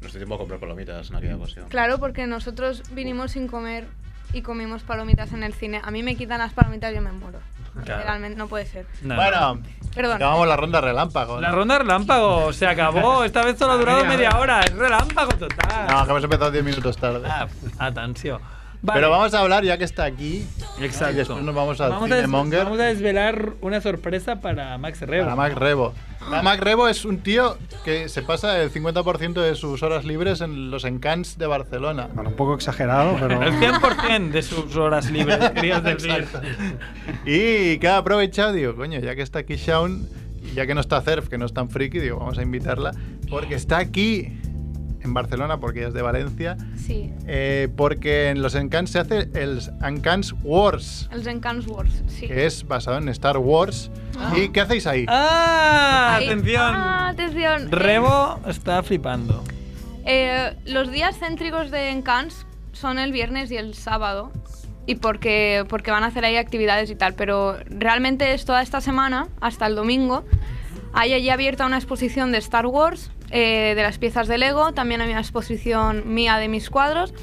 No estoy tiempo de comprar palomitas en aquella ocasión. Claro, porque nosotros vinimos sin comer y comimos palomitas en el cine. A mí me quitan las palomitas y yo me muero. Claro. Literalmente, no puede ser. No, bueno, Perdón. acabamos la ronda relámpago. ¿eh? La ronda relámpago se acabó. Esta vez solo ha durado media hora. Es relámpago total. No, que hemos empezado 10 minutos tarde. Ah, atención. Pero vamos a hablar ya que está aquí. Y Exacto. después nos vamos al Vamos a, des- Cinemonger. vamos a desvelar una sorpresa para Max Rebo. Para Mac Rebo. Para Mac Rebo es un tío que se pasa el 50% de sus horas libres en los encants de Barcelona. Bueno, un poco exagerado, pero. (laughs) El 100% de sus horas libres, (laughs) querías decir. Y que ha aprovechado, digo, coño, ya que está aquí Shaun, y ya que no está Cerf, que no es tan friki, digo, vamos a invitarla, porque está aquí en Barcelona, porque ella es de Valencia, Sí, eh, porque en los encants se hace el encants Wars, el Zencans Wars, sí. que es basado en Star Wars. ¿Y qué hacéis ahí? ¡Ah! Ahí- ¡Atención! Ah, atención. Rebo está flipando. Eh, los días céntricos de Encans son el viernes y el sábado. Y porque, porque van a hacer ahí actividades y tal. Pero realmente es toda esta semana, hasta el domingo. Hay allí abierta una exposición de Star Wars, eh, de las piezas de Lego. También hay una exposición mía de mis cuadros.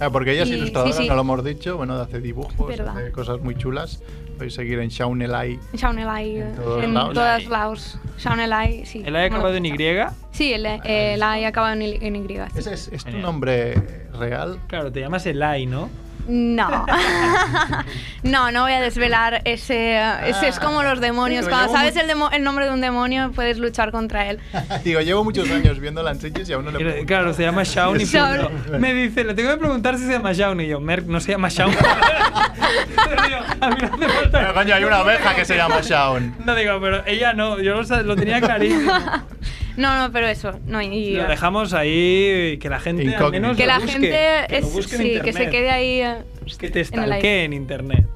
Ah, porque ella es Y- ilustradora, sí, sí. no lo hemos dicho, bueno, hace dibujos, Verdad. hace cosas muy chulas. Podéis seguir en Shaun Elai. Shaun Elai, eh, todos en lados. todas laos. Shaun Elai, sí. Él ha como lo acabado en Y. pronuncio. Sí, el, eh, el I acaba en, en Y. sí. ¿Ese es, es tu Genial. nombre real? (laughs) Claro, te llamas Elai, ¿no? No. (laughs) no, no voy a desvelar ese. ese es como los demonios. Pero Cuando llevo sabes mu- el, demo- el nombre de un demonio, puedes luchar (laughs) contra él. Digo, llevo muchos años viendo Lanchillas y aún no le Quiero- pregunto. Claro, se llama Shaun y Shaun. punto. Me dice, le tengo que preguntar si se llama Shaun y yo, Merck, no se llama Shaun. (laughs) Pero yo, a mí no hace falta. Pero coño, hay una oveja que se llama Shaun. No digo, pero ella no, yo lo, sa- lo tenía (laughs) clarísimo. No, no, pero eso. No, y- y- Lo dejamos ahí y que la gente al Incógnito. menos que lo la busque, gente. que lo es- busque en sí, que se internet, quede ahí. eh, que te en el aire. stalkee en internet.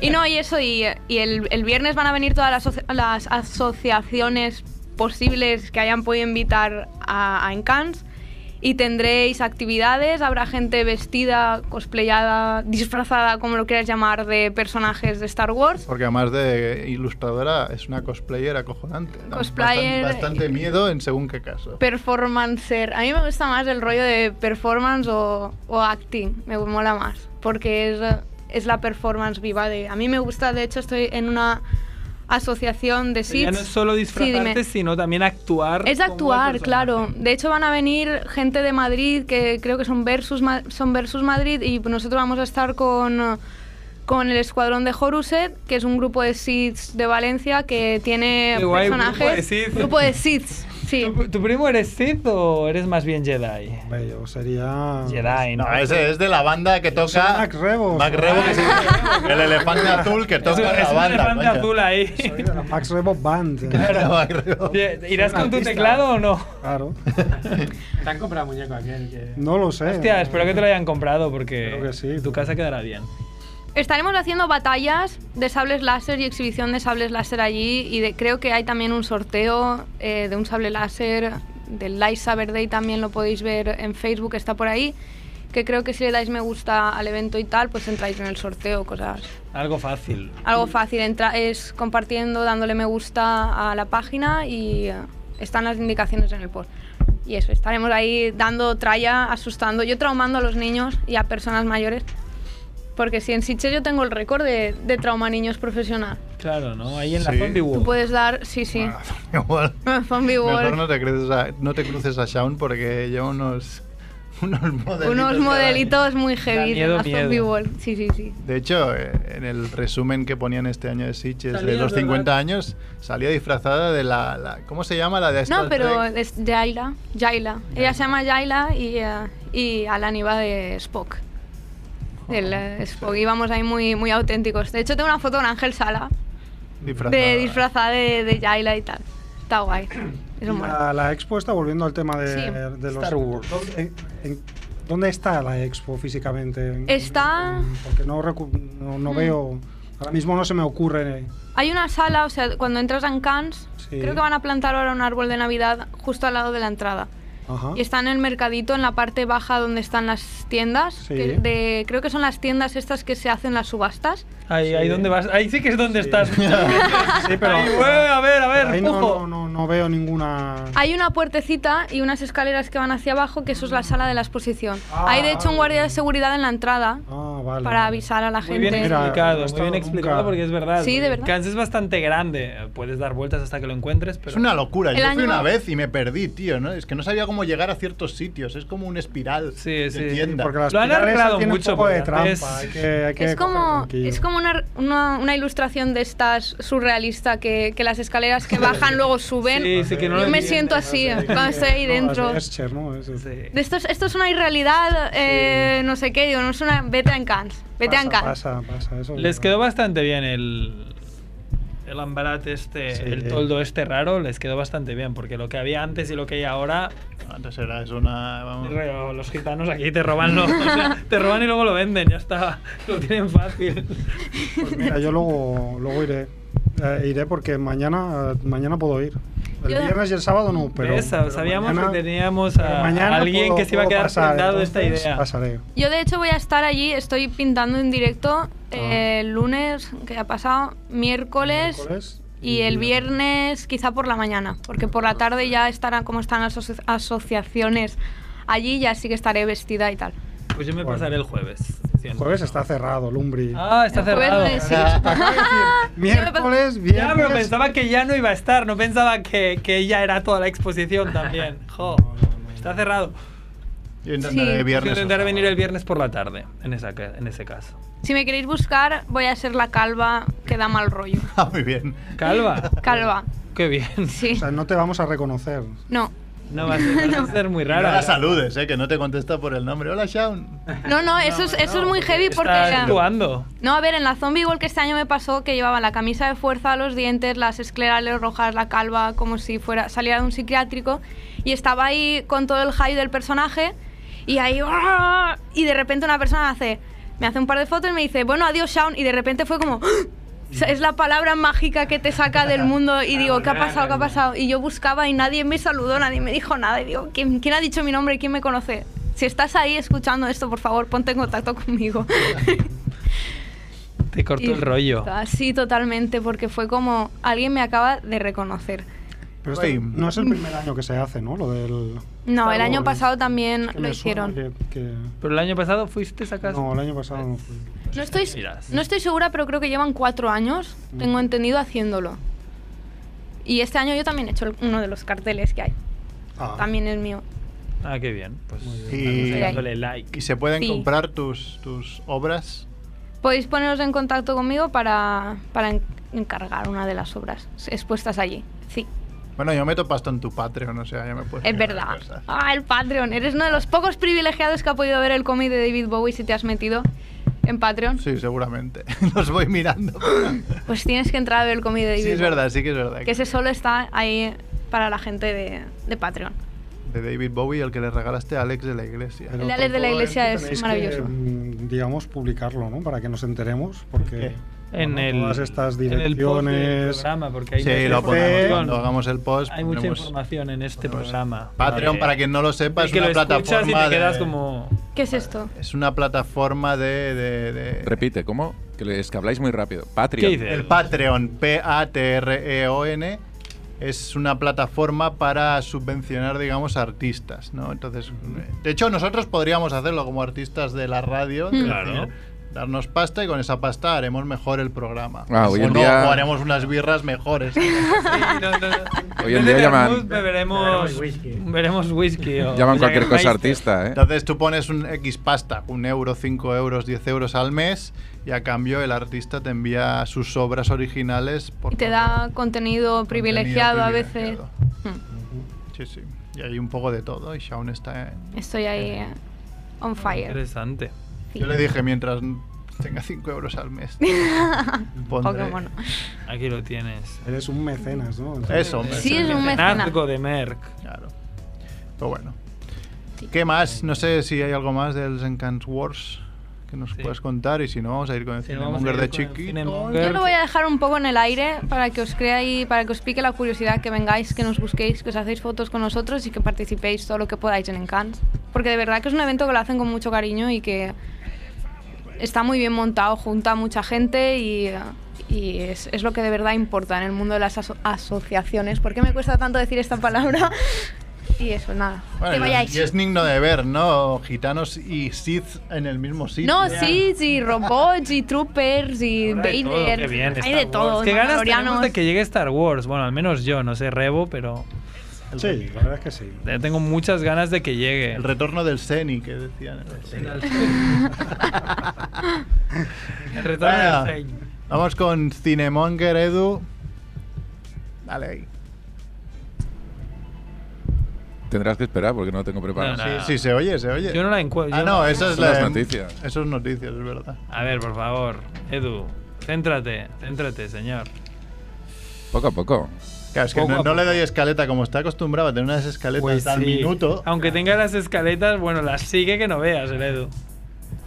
Y no, y eso, y, y el, el viernes van a venir todas las, asoci- las asociaciones posibles que hayan podido invitar a, a Encans. Y tendréis actividades, habrá gente vestida, cosplayada, disfrazada, como lo quieras llamar, de personajes de Star Wars. Porque además de ilustradora, es una cosplayer acojonante. Da Cosplayer- Bastante, bastante miedo en según qué caso. Performancer. A mí me gusta más el rollo de performance o, o acting, me mola más, porque es, es la performance viva de... A mí me gusta, de hecho estoy en una asociación de Ya no SIDS. es solo disfrazarte, sino también actuar. Es como de el actuar, personaje. claro. De hecho van a venir gente de Madrid que creo que son versus Ma- son versus Madrid y nosotros vamos a estar con eh, con el escuadrón de Horuset, que es un grupo de Siths de Valencia que tiene Qué guay, personajes. grupo de Sith. Grupo de Siths, sí. ¿Tu, tu primo eres Sith o eres más bien Jedi? Hombre, yo sería. Jedi, ¿no? No, ese es de la banda que Soy toca. Mac Rebo. Mac soy- Rebo, que (laughs) es el elefante azul que Es un- toca es la un banda. elefante coño. azul ahí. (laughs) Pues soy de la Max Rebo Band. (laughs) Mac Rebo. ¿Irás con tu artista. teclado o (laughs) no? Claro. Te han comprado muñeco aquel que. No lo sé. Hostia, espero que te lo hayan comprado Creo porque que sí. tu casa quedará bien. Estaremos haciendo batallas de sables láser y exhibición de sables láser allí y de- creo que hay también un sorteo eh, de un sable láser del Lightsaber Day también lo podéis ver en Facebook, está por ahí, que creo que si le dais me gusta al evento y tal, pues entráis en el sorteo, cosas. Algo fácil. Algo fácil, entra es compartiendo, dándole me gusta a la página y eh, están las indicaciones en el post. Y eso, estaremos ahí dando tralla, asustando, yo traumando a los niños y a personas mayores. Porque si en Sitges yo tengo el récord de, de trauma a niños profesional. Claro, ¿no? Ahí en la Sí. zombie Tú world. puedes dar, sí, sí. Ah, Igual. (laughs) Zombie Mejor World. no te, cruces a, no te cruces a Shaun porque lleva unos, (laughs) Unos modelitos muy heavy. miedo, de la miedo. zombie wall. Sí, sí, sí. De hecho, eh, en el resumen que ponían este año de Sitges Salía, de los ¿verdad? 50 años, salía disfrazada de la, la- ¿Cómo se llama la de Star No, pero eh, Trek? es Jaila. Jaila. Ella se llama Jaila y, eh, y Alan iba de Spock. Del eh, Spock. Íbamos ahí muy, muy auténticos. De hecho, tengo una foto con Ángel Sala disfrazada. de disfrazada de, de Jaila y tal. Está guay. Y Eso mola. La, la expo está volviendo al tema de, Sí. de los. Star Wars. ¿Dónde, en- en- dónde está la expo físicamente? Está. Porque no, recu- no, no Mm. veo. Ahora mismo no se me ocurre. Hay una sala, o sea, cuando entras en Cannes, Sí. creo que van a plantar ahora un árbol de Navidad justo al lado de la entrada. Ajá. Y está en el mercadito, en la parte baja donde están las tiendas. Sí. que- de, creo que son las tiendas estas que se hacen las subastas. Ahí, ahí donde vas. Ahí sí que es donde (laughs) estás. (laughs) sí, pero- a ver, a ver, Ahí no, ojo. no, no, no veo ninguna. Hay una puertecita y unas escaleras que van hacia abajo, que eso es la sala de la exposición. Hay de hecho un guardia de seguridad en la entrada Ah, vale. para avisar a la Muy gente. bien explicado, muy estado bien nunca- explicado porque es verdad. Sí, de verdad. Kansas es bastante grande. Puedes dar vueltas hasta que lo encuentres, pero. Es una locura. El Yo año- fui una vez y me perdí, tío. ¿no? Es que no sabía cómo llegar a ciertos sitios. Es como un espiral de sí. tienda. Porque las Lo han espirales arreglado tienen un mucho, poco de porque trampa, es- hay que- hay que Es como, tranquilo. es como una, una- una ilustración de estas surrealista que, que las escaleras que (laughs) bajan luego suben. Sí, sí, que no Yo lo me entiendes, siento así (laughs) cuando estoy ahí dentro. Es Escher, ¿no? Es- De esto, es- esto es una irrealidad, eh, no sé qué, digo, no es una. Vete a Cannes, vete a Cannes. Pasa, pasa, eso. Les quedó bastante bien el. El ambarat este, el toldo este raro, les quedó bastante bien, porque lo que había antes y lo que hay ahora. Antes era eso una. Los gitanos aquí te roban, lo- (laughs) o sea, te roban y luego lo venden, ya está. Lo tienen fácil. Pues mira, yo luego, luego iré. Eh, iré porque mañana, eh, mañana puedo ir. El Yo- viernes y el sábado no, pero. Esa, pero sabíamos mañana- que teníamos a, mañana a alguien puedo- que se iba a puedo quedar pasar, prendado de esta entonces idea. Pasaré. Yo de hecho voy a estar allí, estoy pintando en Ah. directo eh, el lunes, que ha pasado, miércoles, y el viernes quizá por la mañana, porque por la tarde ya estarán como están las aso- asociaciones allí, ya sí que estaré vestida y tal. Pues yo me pasaré el jueves. El jueves está cerrado, Lumbri. Ah, está El jueves cerrado. me- sí. Ah, Miércoles, Ya, pero viernes. pensaba que ya no iba a estar, no pensaba que, que ya era toda la exposición (laughs) también. Jo, está cerrado. Yo intentaré Sí. viernes Yo o intentaré venir el viernes por la tarde, en, esa ca- en ese caso. Si me queréis buscar, voy a ser la calva que da mal rollo. Ah, (laughs) muy bien. (laughs) Calva. Calva, Qué bien. sí. O sea, no te vamos a reconocer. No, No va a ser, vas a ser (laughs) muy Y rara. No la saludes, eh, que no te contesta por el nombre. Hola, Shaun. no, no, eso, es, eso es muy heavy porque... Estás actuando. No, a ver, en la zombie igual que este año me pasó que llevaba la camisa de fuerza, los dientes, las esclerales rojas, la calva, como si fuera saliera de un psiquiátrico y estaba ahí con todo el hype del personaje y ahí ¡ah! y de repente una persona me hace me hace un par de fotos y me dice, "Bueno, adiós, Shaun" y de repente fue como ¡ah! O sea, es la palabra mágica que te saca del mundo y digo, ¿qué ha pasado? ¿Qué ha pasado? Y yo buscaba y nadie me saludó, nadie me dijo nada. Y digo, ¿quién, quién ha dicho mi nombre? ¿Quién me conoce? Si estás ahí escuchando esto, por favor, ponte en contacto conmigo. Te cortó Y- el rollo. Sí, totalmente, porque fue como alguien me acaba de reconocer. Pero esto no es el primer año que se hace, ¿no? Lo del. No, el Star año Wars. pasado también que Ah, lo me suena hicieron. que- que- Pero el año pasado fuiste a casa. No, el año pasado no fui. No estoy, Irás. no estoy segura, pero creo que llevan cuatro años, Mm. tengo entendido, haciéndolo. Y este año yo también he hecho el- uno de los carteles que hay. También el mío. Ah, qué bien. Pues Y, vamos dándole like. y se pueden Sí. comprar tus, tus obras. Podéis poneros en contacto conmigo para, para en- encargar una de las obras expuestas allí. Sí, Bueno, yo meto pasto en tu Patreon, o sea, ya me puedes. es verdad. Ah, el Patreon. Eres uno de los pocos privilegiados que ha podido ver el cómic de David Bowie si te has metido en Patreon. Sí, seguramente. (laughs) Los voy mirando. Pues tienes que entrar a ver el cómic de David Sí, es Bowie. verdad, sí que es verdad. Que ese solo está ahí para la gente de, de Patreon. De David Bowie, el que le regalaste a Alex de la Iglesia. El Alex de la Iglesia eh, es maravilloso. Mm, digamos, publicarlo, ¿no? Para que nos enteremos, porque En bueno, el- todas estas en el post del direcciones. programa, porque hay Sí, mucha lo ponemos. información. Cuando hagamos el post, Hay mucha pondremos información en este programa. Patreon, Vale. para quien no lo sepa, Y es que una lo escuchas plataforma. y te de- quedas como... ¿Qué es esto? Es una plataforma de. de- de- Repite, ¿cómo? Que le- es que habláis muy rápido. Patreon. El Patreon, P-A-T-R-E-O-N, E es una plataforma para subvencionar, digamos, artistas, ¿no? Entonces, de hecho, nosotros podríamos hacerlo como artistas de la radio. Claro. decir, darnos pasta y con esa pasta haremos mejor el programa. Ah, hoy o en no, día- o haremos unas birras (laughs) mejores. Hoy en día llaman, Beberemos, veremos whisky. o- llaman o cualquier cosa Jägermeister. artista, ¿eh? Entonces tú pones un X pasta, un euro, cinco euros, 10 euros al mes y a cambio el artista te envía sus obras originales. Por... Y te da contenido privilegiado a veces. Hmm, Sí, sí. Y hay un poco de todo y Shaun está... en- Estoy ahí eh, on fire. Interesante. Yo le dije mientras tenga 5 euros al (laughs) mes. pondré- Pokémon. Aquí lo tienes. Eres un mecenas, ¿no? Eso, un Sí, es un mecenas. Mecenazgo de Merck. Claro. Pero bueno. ¿Qué más? No sé si hay algo más del Zenkans Wars que nos puedas contar y si no, vamos a ir con el no, vamos a Cinemonger ir de con el chiquito. Cinemonger. Yo lo voy a dejar un poco en el aire para que os crea y para que os pique la curiosidad, que vengáis, que nos busquéis, que os hacéis fotos con nosotros y que participéis todo lo que podáis en Encans. Porque de verdad que es un evento que lo hacen con mucho cariño y que está muy bien montado, junta a mucha gente y, y es, es lo que de verdad importa en el mundo de las aso- asociaciones. ¿Por qué me cuesta tanto decir esta palabra? (laughs) Y eso, nada. Bueno, que y- vayáis. y es digno de ver, ¿no? Gitanos y Sith en el mismo sitio. No, sí, sí, robots y troopers y Vader. Qué bien, Star hay de Wars. todo. Qué ganas tenemos mandalorianos. de que llegue Star Wars. Bueno, al menos yo, no sé, Rebo, pero Sí, la verdad es que sí. eh, tengo muchas ganas de que llegue. El retorno del Seni, que decían. en el cine. (laughs) El retorno del Bueno, Seni. Vamos con Cinemonger, Edu. Dale ahí. Tendrás que esperar porque no lo tengo preparado. No, no. Sí, sí, se oye, se oye. Yo no la encuentro. Ah, no, esa es Son la las noticias. Eso es noticias, es verdad. A ver, por favor, Edu, céntrate, céntrate, señor. Poco a poco. Claro, es que Poco no, a no le doy escaleta como está acostumbrado a tener unas escaletas Pues al sí. minuto. Aunque tenga las escaletas, bueno, las sigue que no veas, el Edu.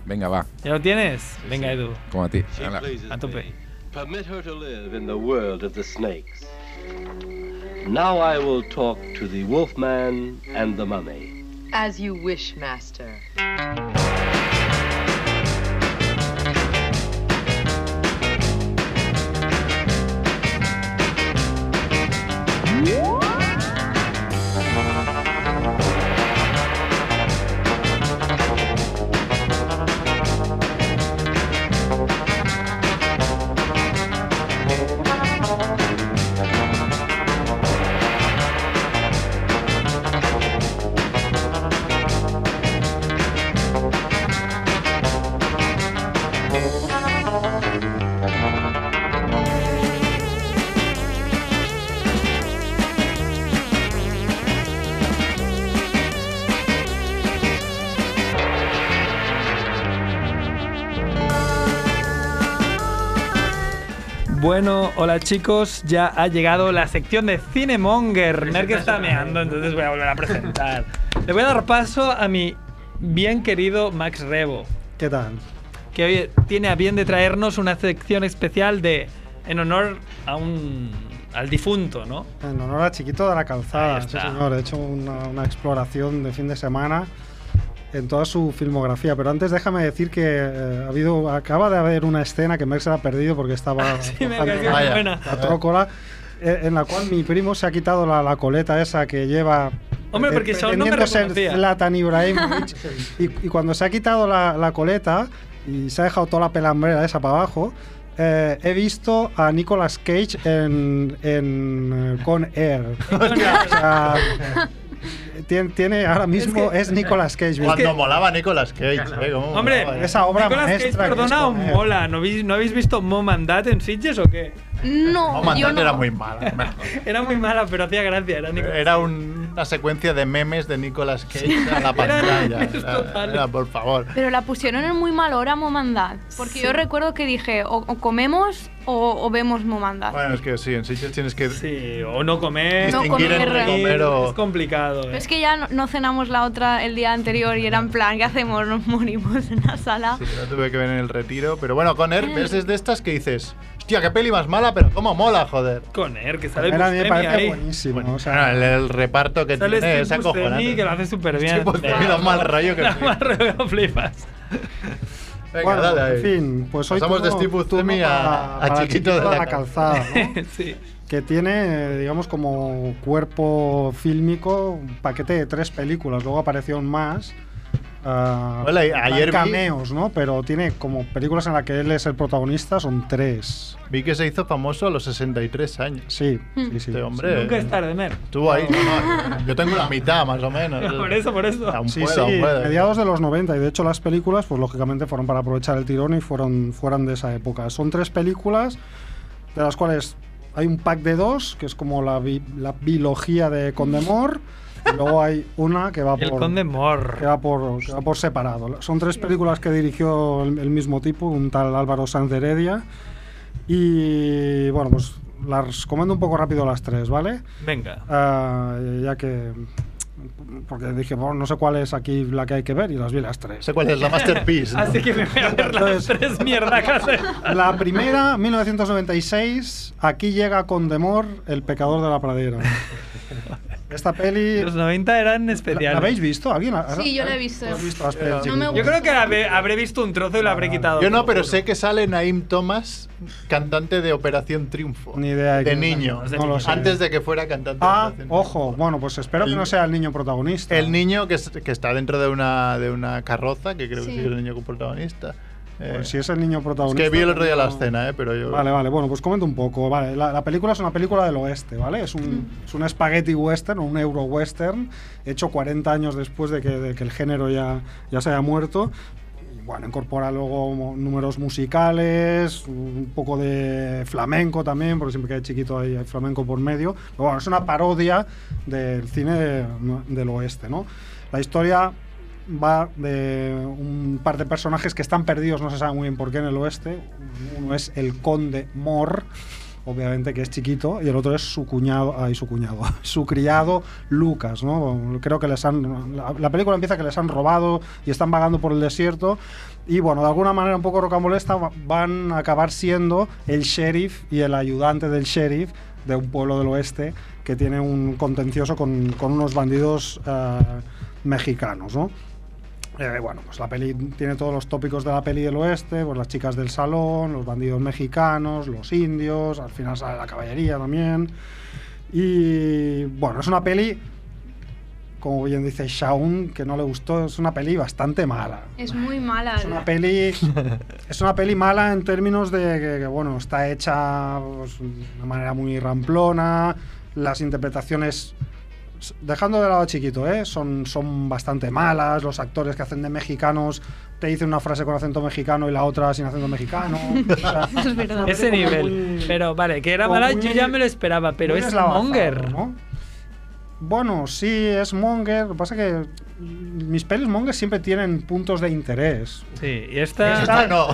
Venga, va, ¿Ya lo tienes? Venga, Edu, como a ti. She Hala. pleases a tope. me. Permit her to live in the world of the snakes. Now I will talk to the wolfman and the mummy. As you wish, master. Bueno, hola chicos, ya ha llegado la sección de Cinemonger. Merck está meando, entonces voy a volver a presentar. Le voy a dar paso a mi bien querido Max Rebo, ¿Qué tal? que hoy tiene a bien de traernos una sección especial de en honor a un al difunto, ¿no? En honor a Chiquito de la Calzada, Ahí sí está. señor. He hecho una, una exploración de fin de semana en toda su filmografía. Pero antes déjame decir que eh, ha habido, acaba de haber una escena que Merck se la ha perdido (laughs) porque estaba me pareció muy Vaya. buena. la trócola, eh, en la cual mi primo se ha quitado la, la coleta esa que lleva. Hombre, pre- porque Shaun no me pretendiendo reconocía. ser Zlatan (laughs) Ibrahimovic. y, y cuando se ha quitado la, la coleta y se ha dejado toda la pelambrera esa para abajo, eh, he visto a Nicolas Cage en, en eh, Con (laughs) Air. O sea, tien- tiene, ahora mismo es, Nicolas Cage. Cuando molaba Nicolas Cage. ¿eh? ¿Cómo Hombre, molaba, eh? Esa obra Nicolas Cage, maestra que es perdona, o Con Air. mola. ¿No habéis, ¿No habéis visto Mom and Dad en Sitges o qué? No, yo no. mala. (laughs) Era muy mala, pero hacía gracia. Era, Nicolas Era un- una secuencia de memes de Nicolas Cage (laughs) a la pantalla. Era- era, por favor. Pero la pusieron en muy mal hora Momandad. Porque yo recuerdo que dije, o, o comemos o, o vemos Momandad. Bueno, es que sí, en Sitges tienes que. Sí, o no comer. No Distinguir comer. entre comer o. Es complicado. Pero eh. es que ya no, no cenamos la otra el día anterior y era en plan, ¿qué hacemos? Nos (laughs) morimos en la sala. Sí, la tuve que ver en el retiro. Pero bueno, con Air, ¿ves? Es de estas que dices. Hostia, qué peli más mala, pero cómo mola, joder. Con Air, que sale Era, a mí me Buscemi parece ahí. buenísimo. o sea, Bueno, ah, el, el reparto que Sale tiene Steve es acojonante. Buscemi, que lo hace súper bien. Sí, pues, da mal (laughs) (laughs) rollo que Da flipas. mal rollo que flipas. Venga, Bueno, dale ahí. en fin, pues hoy Pasamos de turno- Steve Buscemi turno a, para- a para Chiquito de la, calzada, ¿no? (laughs) sí. que tiene, eh, digamos, como cuerpo fílmico un paquete de tres películas. Luego aparecieron más, ah, Hola, y ayer vi- cameos, ¿no? Pero tiene como películas en las que él es el protagonista, son tres. Vi que se hizo famoso a los 63 años. Sí, sí, sí. Este hombre. Nunca es tarde, Mer. Ah, Estuvo ahí. no, no, yo tengo la mitad, más (laughs) o menos. Por eso, por eso. Aún Sí, puedo, sí, aún puedo. mediados de los 90 y de hecho las películas pues lógicamente fueron para aprovechar el tirón y fueron fueran de esa época. Son tres películas de las cuales hay un pack de dos que es como la, bi- la biología de (laughs) Condemor y luego hay una que va El por Conde Mor. que va por, que va por separado. Son tres películas que dirigió el, el mismo tipo, un tal Álvaro Sanz Heredia y bueno, pues las comento un poco rápido las tres, ¿vale? Venga. Ah, ya que. Porque dije, bueno, no sé cuál es aquí la que hay que ver y las vi las tres. Sé cuál es la masterpiece. ¿no? Así que me voy a ver las tres mierda casa. La primera, 1996, aquí llega con demor El pecador de la (laughs) pradera. Esta peli. Los 90 eran ¿La, especiales. la habéis visto? ¿Alguien? ha- Sí, yo la he visto. ¿Has visto las pelis? No me Yo creo que habré, habré visto un trozo y lo Ah, habré quitado. Yo no, pero sé que sale Naim Thomas, cantante de Operación Triunfo. Ni idea. De quién- niño. No lo sé. Antes de que fuera cantante. Ah, ojo. Bueno, pues espero que El- no sea el niño protagonista. El niño que, es- que está dentro de una, de una carroza, que creo Sí. que sí es el niño con protagonista. Eh, Pues si es el niño es protagonista. pues que vi el otro día la no- escena, eh, pero yo. Vale, vale, bueno, pues comento un poco. Vale, la, la película es una película del oeste, ¿vale? Es un, es un spaghetti western o un euro western, hecho 40 años después de que, de que el género ya, ya se haya muerto. Y bueno, incorpora luego mo- números musicales, un poco de flamenco también, porque siempre que hay chiquito hay, hay flamenco por medio. Pero bueno, es una parodia del cine de- del oeste, ¿no? La historia va de un par de personajes que están perdidos, no se sabe muy bien por qué en el oeste. Uno es el conde Mor, obviamente que es chiquito, y el otro es su cuñado, ay, su cuñado, (laughs) su criado Lucas, ¿no? Creo que les han, la, la película empieza que les han robado y están vagando por el desierto y bueno, de alguna manera un poco rocambolesta va- van a acabar siendo el sheriff y el ayudante del sheriff de un pueblo del oeste que tiene un contencioso con, con unos bandidos eh, mexicanos, ¿no? Eh, bueno, pues la peli tiene todos los tópicos de la peli del oeste, pues las chicas del salón, los bandidos mexicanos, los indios, al final sale la caballería también. Y bueno, es una peli, como bien dice Shaun, que no le gustó, es una peli bastante mala. Es muy mala. Es una (laughs) peli, es una peli mala en términos de que, que, bueno, está hecha pues, de una manera muy ramplona, las interpretaciones s- dejando de lado a chiquito, ¿eh? son, son bastante malas, los actores que hacen de mexicanos te dicen una frase con acento mexicano y la otra sin acento mexicano. (laughs) O sea, es verdad. Ese nivel. Pero vale, que era como mala, muy- yo ya me lo esperaba, pero muy es deslavazado, Monger. ¿no? Bueno, sí, es Monger, lo que pasa es que mis pelis Monger siempre tienen puntos de interés. Sí, y (laughs) esta. Esta Ah, no.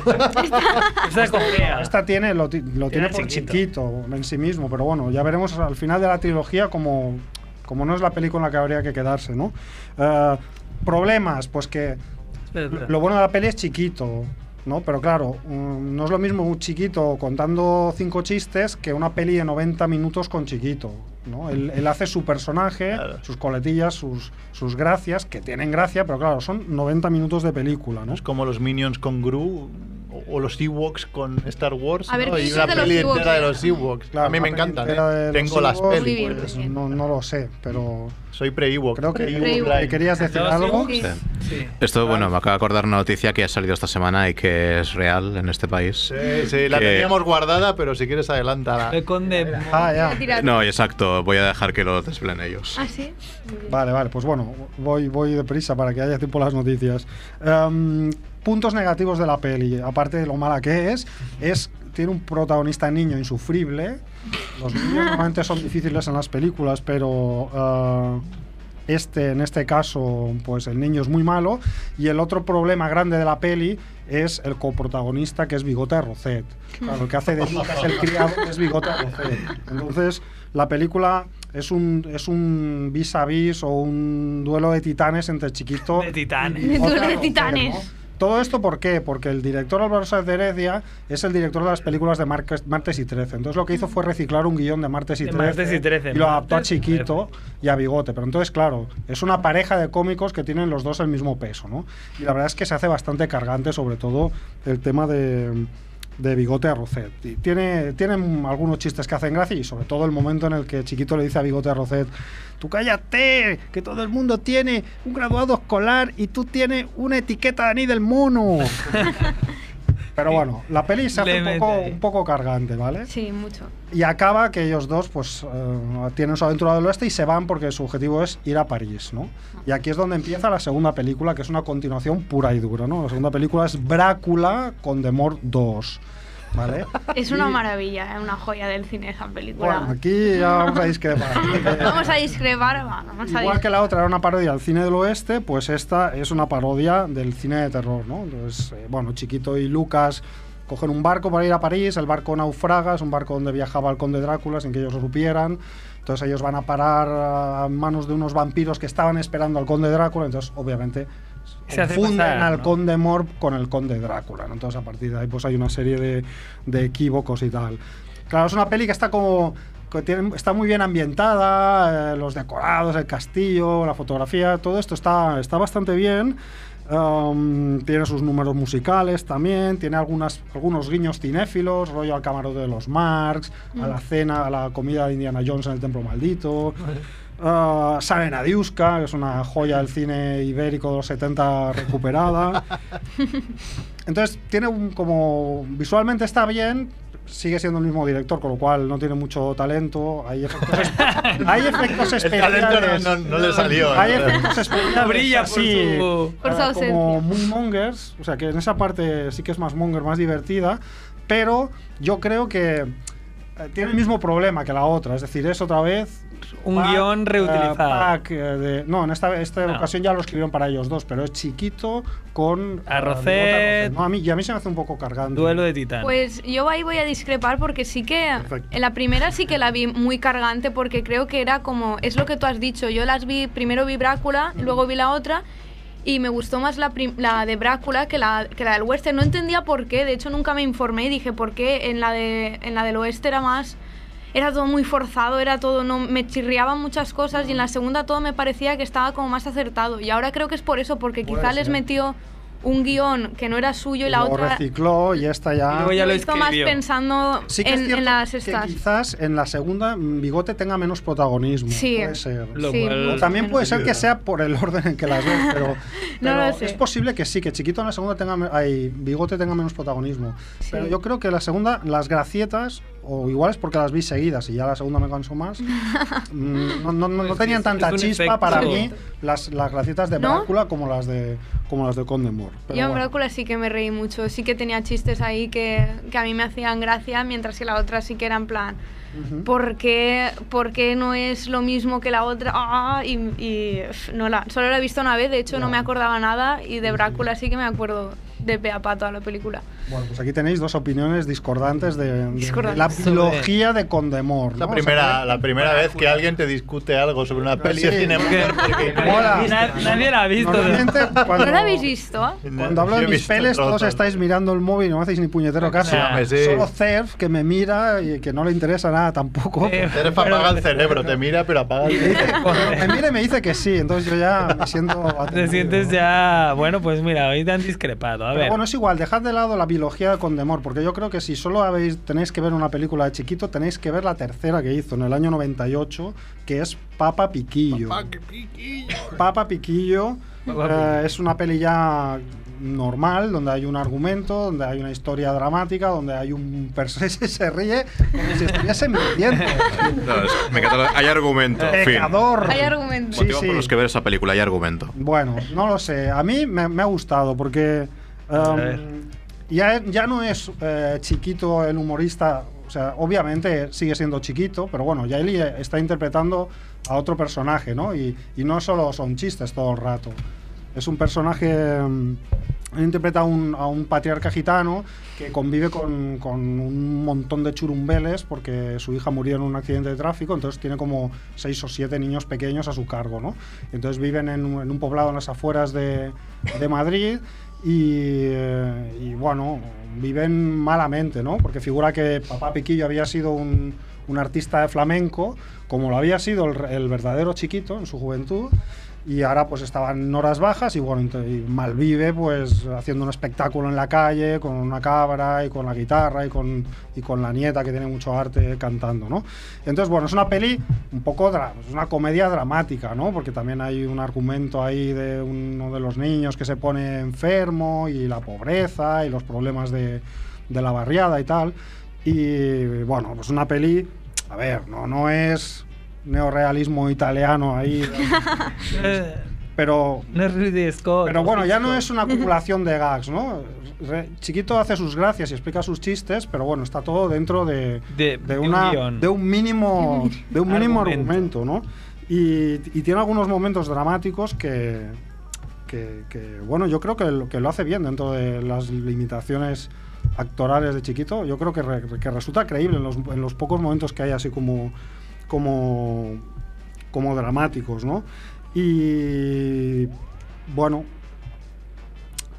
Esta cogea. Esta tiene, lo, ti- lo tiene Tiene por chiquito. chiquito. en sí mismo, pero bueno, ya veremos al final de la trilogía como, como no es la película en la que habría que quedarse, ¿no? Eh, problemas, pues que Espera, espera. lo bueno de la peli es chiquito, ¿no? Pero claro, mm, no es lo mismo un chiquito contando cinco chistes que una peli de 90 minutos con chiquito. ¿no? Él, él hace su personaje, sus coletillas, sus, sus gracias, que tienen gracia, pero claro, son 90 minutos de película, (laughs) ¿no? Es como los Minions con Gru o, o los Ewoks con Star Wars. A ver, ¿no? ¿qué Y dices una de los peli Ewoks? entera de los Ewoks. Claro, a mí me una peli encantan. entera ¿eh? de los Tengo las Ewoks, pelis. Muy bien, pues, muy bien. no, no lo sé, pero Soy pre-Ewok. creo que, Pre-Ewok. que querías decir algo. Sí. Esto, bueno, me acaba de acordar una noticia que ha salido esta semana y que es real en este país. Sí, sí, la Que- teníamos guardada, pero si quieres adelántala. El Conde. Voy Ah, a ya. tirar- No, exacto, voy a dejar que lo desvelen ellos. ¿Ah, sí? Vale, vale, pues bueno, voy, voy deprisa para que haya tiempo a las noticias. Em, puntos negativos de la peli, aparte de lo mala que es, es tiene un protagonista niño insufrible. Los niños normalmente son difíciles en las películas, pero eh, este, en este caso, pues el niño es muy malo. Y el otro problema grande de la peli es el coprotagonista, que es Bigote Rocet. Claro, el que hace de Lucas el criado, que es Bigote Rocet. Entonces, la película es un, es un vis a vis o un duelo de titanes entre chiquito De titanes. Me Otra duele de no, titanes. todo esto por qué? Porque el director Álvaro Sáenz de Heredia es el director de las películas de Marques- Martes y Trece. Entonces lo que hizo fue reciclar un guión de Martes y De Trece. Martes y Trece, lo adaptó a Martes y Chiquito y a Bigote. Pero entonces, claro, es una pareja de cómicos que tienen los dos el mismo peso, ¿no? Y la verdad es que se hace bastante cargante, sobre todo el tema de de Bigote a Rosset. Y tiene, tienen algunos chistes que hacen gracia y sobre todo el momento en el que Chiquito le dice a Bigote a Rosset, tú cállate, que todo el mundo tiene un graduado escolar y tú tienes una etiqueta de Ani (laughs) del Mono. Pero bueno, la peli se hace Le un mete poco, ahí. un poco cargante, ¿vale? Sí, mucho. Y acaba que ellos dos pues eh, tienen su aventura del oeste y se van porque su objetivo es ir a París, ¿no? Y aquí es donde empieza la segunda película, que es una continuación pura y dura, ¿no? La segunda película es Brácula con Demor 2, ¿vale? Es una maravilla, es una joya del cine esa película. Bueno, aquí ya vamos a discrepar. (laughs) vamos a discrepar, va, vamos a Igual que discrepar. la otra era una parodia del cine del oeste, pues esta es una parodia del cine de terror, ¿no? Entonces, eh, bueno, Chiquito y Lucas cogen un barco para ir a París, el barco naufraga, es un barco donde viajaba el conde Drácula sin que ellos lo supieran. Entonces ellos van a parar a manos de unos vampiros que estaban esperando al conde Drácula, entonces obviamente Se hace confunden pasar, al ¿no? conde Morb con el conde Drácula. ¿no? Entonces a partir de ahí pues hay una serie de, de equívocos y tal. Claro, es una peli que está como... que tiene- está muy bien ambientada, eh, los decorados, el castillo, la fotografía, todo esto está, está bastante bien. Um, tiene sus números musicales también, tiene algunas, algunos guiños cinéfilos, rollo al camarote de los Marx, a la Mm. cena, a la comida de Indiana Jones en el Templo Maldito. Uh, Saben Adiuska, que es una joya del cine ibérico de los 70 recuperada. Entonces, tiene un como. Visualmente está bien, sigue siendo el mismo director, con lo cual no tiene mucho talento. Hay (laughs) efectos, es- hay efectos El talento especiales. no- no- no le salió, Hay ¿no? efectos especiales. Brilla por así, su- por su ah, ausencia. como muy mongers, o sea que en esa parte sí que es más monger, más divertida, pero yo creo que eh, tiene el mismo problema que la otra, es decir, es otra vez Un guión eh, reutilizado. pack, eh, de- no, en esta, esta No. ocasión ya lo escribieron para ellos dos, pero es chiquito con eh, bigote a Rosset. Rosset, ¿no? a mí, y a mí se me hace un poco cargante. Duelo de titanes. Pues yo ahí voy a discrepar porque sí que en la primera sí que la vi muy cargante porque creo que era como, es lo que tú has dicho, yo las vi, primero vi Brácula, luego vi la otra y me gustó más la, prim- la de Brácula que la, que la del oeste, no entendía por qué, de hecho nunca me informé y dije por qué en la, de, en la del oeste era más, era todo muy forzado, era todo, no, me chirriaban muchas cosas y en la segunda todo me parecía que estaba como más acertado y ahora creo que es por eso, porque Puede quizá les ser. metió un guión que no era suyo y la Luego otra recicló y esta ya. lo hizo más pensando Sí que es en, en las estas. Quizás en la segunda mm, Bigote tenga menos protagonismo. Sí. Puede ser. Lo Sí, cual- O también puede ser que menos. sea por el orden en que las ves, (laughs) pero, No pero lo sé. es posible que sí, que Chiquito en la segunda tenga, me- ay, Bigote tenga menos protagonismo. Pero yo creo que la segunda, las gracietas, o igual es porque las vi seguidas y ya la segunda me (laughs) cansó más, mm, no, no- no- no tenían tanta es un chispa efecto. para Sí. mí las, las gracietas de ¿No? Brácula como las de como las de Condemore. Pero Yo en bueno. Brácula sí que me reí mucho, sí que tenía chistes ahí que, que a mí me hacían gracia, mientras que la otra sí que era en plan, Ujú. ¿por qué, por qué no es lo mismo que la otra? Ah, y y, pf, no la, solo la he visto una vez, de hecho no me acordaba nada, y de Brácula sí que me acuerdo de pe a pa toda la película. Bueno, pues aquí tenéis dos opiniones discordantes de, de- de Discordantes. la Sobre- trilogía de Condemor. La primera, la primera vez que alguien te discute algo sobre una peli sí. de cine (laughs) mujer, porque- Na- nadie la ha visto. Normalmente, ¿No la cuando, habéis visto? cuando hablo Yo de he mis visto peles, trozos. todos estáis mirando el móvil y no me hacéis ni puñetero caso. Nah, sí. Solo Cerf, que me mira y que no le interesa nada tampoco. Eres para apagar el cerebro, te mira pero apaga el me mira y me dice que sí, entonces yo ya me siento (laughs) Te (laughs) atendido. sientes ya. Bueno, pues mira, hoy te han discrepado. A Pero ver. bueno, es igual, dejad de lado la biología de Condemor, porque yo creo que si solo habéis, tenéis que ver una película de chiquito, tenéis que ver la tercera que hizo en el año 98, que es Papa Piquillo. Papa Piquillo Papá eh, es una peli ya normal, donde hay un argumento, donde hay una historia dramática, donde hay un personaje se ríe como si estuviese mintiendo. (laughs) No, es- me encanta la- Hay argumento. Fin. Pecador. Hay argumentos. Motivo por los que ver esa película, hay argumento. Bueno, no lo sé. A mí me, me ha gustado porque um, A ver. ya, ya no es eh, chiquito el humorista. O sea, obviamente sigue siendo chiquito, pero bueno, ya él eh, está interpretando a otro personaje, ¿no? Y, y no solo son chistes todo el rato. Es un personaje. mm, interpreta a un, a un patriarca gitano que convive con, con un montón de churumbeles porque su hija murió en un accidente de tráfico, entonces tiene como seis o siete niños pequeños a su cargo, ¿no? Entonces viven en un, en un poblado en las afueras de, de Madrid y, eh, y, bueno, viven malamente, ¿no? Porque figura que Papá Piquillo había sido un, un artista de flamenco, como lo había sido el, el verdadero chiquito en su juventud, Y ahora pues estaban en horas bajas y bueno, ento- y Malvive pues haciendo un espectáculo en la calle con una cabra y con la guitarra y con, y con la nieta que tiene mucho arte cantando, ¿no? Entonces bueno, es una peli un poco, dra- es una comedia dramática, ¿no? Porque también hay un argumento ahí de uno de los niños que se pone enfermo y la pobreza y los problemas de, de la barriada y tal. Y bueno, pues una peli, a ver, no, no es neorealismo italiano ahí. Pero. Pero bueno, ya no es una acumulación de (laughs) gags, ¿no? Re- Chiquito hace sus gracias y explica sus chistes, pero bueno, está todo dentro de, De- de un una- guión. de un mínimo, de un mínimo Argumento. argumento, ¿no? Y, y tiene algunos momentos dramáticos que, que, que, bueno, yo creo que lo, que lo hace bien dentro de las limitaciones actorales de Chiquito. Yo creo que, re- que resulta creíble en los, en los pocos momentos que hay así como, como, como dramáticos, ¿no? Y bueno,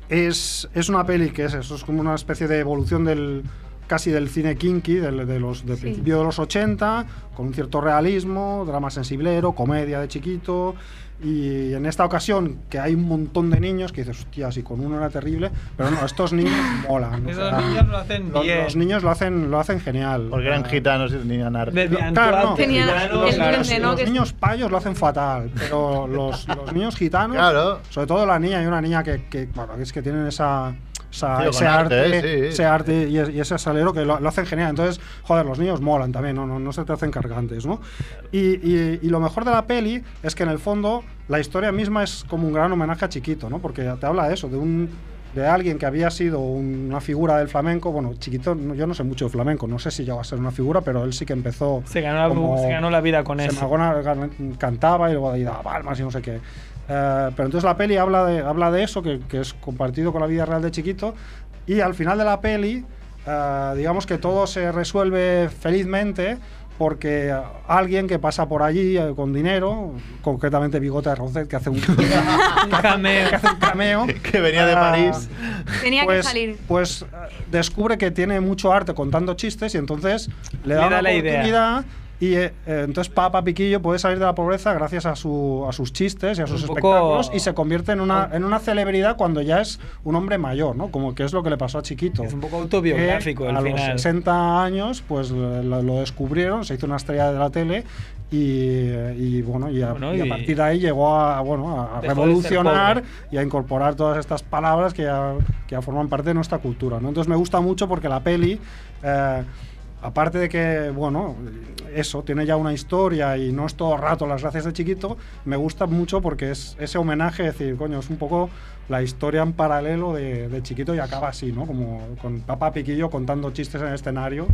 es, es una peli que es eso, es como una especie de evolución del casi del cine kinky del, de los, del Sí. principio de los 80, con un cierto realismo, drama sensiblero, comedia de chiquito. Y en esta ocasión, que hay un montón de niños que dices, hostia, si con uno era terrible, pero no, estos niños molan. o Esos sea, niños lo hacen los, bien. los niños lo hacen, lo hacen genial. Porque eran gitanos y tenían arte. Lo- Claro, no. Los- los, los- los Que- niños payos lo hacen fatal, pero los, los niños gitanos, sobre todo la niña, hay una niña que, que, bueno, es que tienen esa, esa- Sí, con ese arte, arte, eh, sí. ese arte y, es- y ese salero que lo, lo hacen genial. Entonces, joder, los niños molan también, no, no, no se te hacen cargantes, ¿no? Y, y- y lo mejor de la peli es que en el fondo la historia misma es como un gran homenaje a Chiquito, ¿no? Porque te habla de eso, de un de alguien que había sido un- una figura del flamenco, bueno, chiquito, no- yo no sé mucho de flamenco, no sé si llegó a ser una figura, pero él sí que empezó Se ganó la- se ganó la vida con se eso. (laughs) magona- gan- cantaba y luego ahí daba palmas y no sé qué. Eh, pero entonces la peli habla de, habla de eso, que, que es compartido con la vida real de chiquito, y al final de la peli, eh, digamos que todo se resuelve felizmente porque eh, alguien que pasa por allí eh, con dinero, concretamente Bigote de Roncet, que hace un, (laughs) cameo, que hace un cameo Que venía de ah, París. Tenía pues, que salir. Pues eh, descubre que tiene mucho arte contando chistes y entonces le da, da una la idea. oportunidad. Y eh, eh, entonces Papa Piquillo puede salir de la pobreza gracias a, su, a sus chistes y a sus Un poco- espectáculos y se convierte en una, en una celebridad cuando ya es un hombre mayor, ¿no? Como que es lo que le pasó a Chiquito. Es un poco autobiográfico el A final. los 60 años pues lo, lo descubrieron, se hizo una estrella de la tele y, y, bueno, y a, Bueno, y a y- partir de ahí llegó a, bueno, a- Dejó de a ser revolucionar pobre. y a incorporar todas estas palabras que ya, que ya forman parte de nuestra cultura. ¿no? Entonces me gusta mucho porque la peli, eh, aparte de que, bueno, eso, tiene ya una historia y no es todo el rato las gracias de chiquito, me gusta mucho porque es ese homenaje, es decir, coño, es un poco la historia en paralelo de, de chiquito y acaba así, ¿no? Como con papá Piquillo contando chistes en el escenario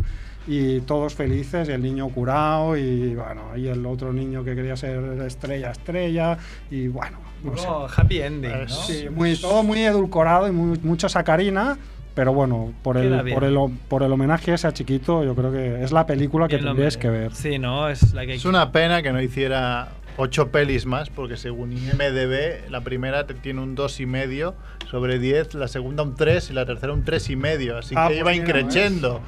y todos felices y el niño curado y bueno, y el otro niño que quería ser estrella, estrella y bueno, no sé. Como Oh, happy ending, ¿no? Sí, muy, todo muy edulcorado y muy, mucha sacarina, pero bueno, por Queda el, bien. por, el, por el homenaje ese a Chiquito, yo creo que es la película que Bien lo tendríais que ver. Sí, no, es la que... Es una pena que no hiciera ocho pelis más, porque según IMDB, la primera te- tiene un 2,5 sobre 10, la segunda un 3 y la tercera un 3,5. Así Ah, pues que iba mira, increchendo.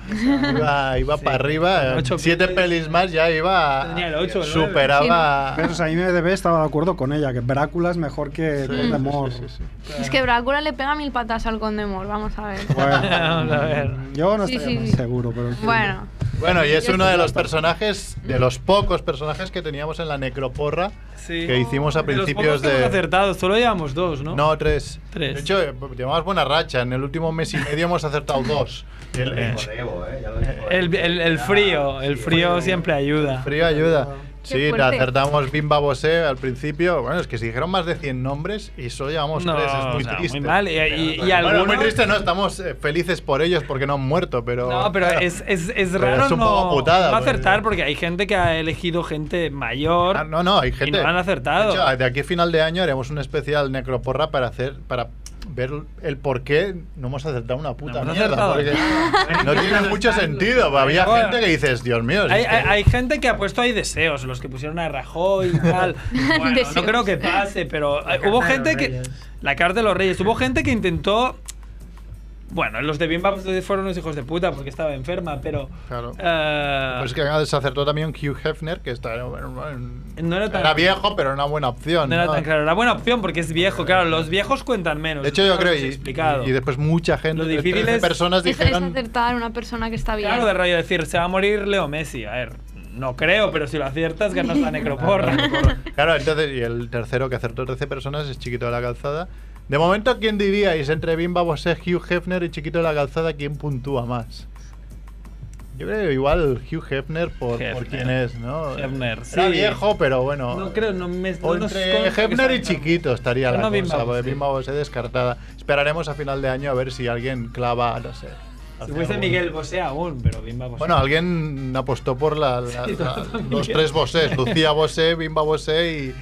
Iba, iba para arriba. ocho siete pelis más ya iba. superaba. Pero, o sea, IMDB estaba de acuerdo con ella, que Brácula es mejor que Voldemort. Es que Brácula le pega mil patas al Condemor, vamos a ver. Bueno, Vamos a ver. Yo no Sí, estoy sí, muy sí. seguro, pero. en fin. Bueno, Bueno, y es uno de los personajes, de los pocos personajes que teníamos en la necroporra Sí. que hicimos a De los principios pocos que hemos de. acertado, solo llevamos dos, ¿no? No, tres. Tres. De hecho, eh, llevamos buena racha. En el último mes y medio hemos acertado dos. El, el- El, el- el frío, el frío siempre ayuda. El frío ayuda. Sí, fuerte. la acertamos Bimba Bosé al principio. Bueno, es que se dijeron más de 100 nombres y solo llevamos No, tres. Es muy o sea, muy triste. mal. Y- y- y Bueno, algunos- muy triste, no. Estamos eh, felices por ellos porque no han muerto, pero. No, pero es, es, es Pero raro es un no, poco putada, no porque- acertar porque hay gente que ha elegido gente mayor. (laughs) Ah, no, no, hay gente. Y no han acertado. De, hecho, de aquí a final de año haremos un especial necroporra para hacer. para ver el por qué no hemos acertado una puta hemos acertado. mierda. Porque (laughs) no tiene mucho sentido. Había Bueno. gente que dices, Dios mío. si Hay, pues es que- hay- hay gente que ha puesto ahí deseos, los que pusieron a Rajoy (laughs) y tal. Bueno, no Deseos. creo que pase, pero eh, hubo Carta de gente los que. Reyes. La carta de los Reyes. Hubo gente que intentó Bueno, los de Bimbap fueron unos hijos de puta porque estaba enferma, pero. Claro. eh, Pero Pues es que se acertó también Hugh Hefner, que está, no era tan. era viejo, pero era una buena opción. No era ¿no? Eh, tan claro. Era buena opción porque es viejo, claro. Los viejos cuentan menos. De hecho, yo Eso creo, se ha y, explicado. y después mucha gente, Lo difícil 13 es- personas Es, es dijeron, acertar una persona que está bien. Claro, de rollo decir, se va a morir Leo Messi. A ver, no creo, pero si lo aciertas, ganas la necroporra. Claro, entonces, y el tercero que acertó 13 personas es Chiquito de la Calzada. De momento, ¿quién diríais entre Bimba Bosé, Hugh Hefner y Chiquito de la Calzada, quién puntúa más? Yo creo que igual Hugh Hefner por, por Hefner. quién es, ¿no? Hefner, Era sí. viejo, pero bueno. No creo, no me. O no nos entre consta que Hefner y sea- Chiquito estaría Pero la no Bimba cosa, Bosé. porque Bimba Bosé descartada. Esperaremos a final de año a ver si alguien clava, no sé. Si hace fuese algún- Miguel Bosé aún, pero Bimba Bosé. Bueno, alguien apostó por la, la- Sí, la- todo los Miguel. tres Bosés, Lucía Bosé, Bimba Bosé y...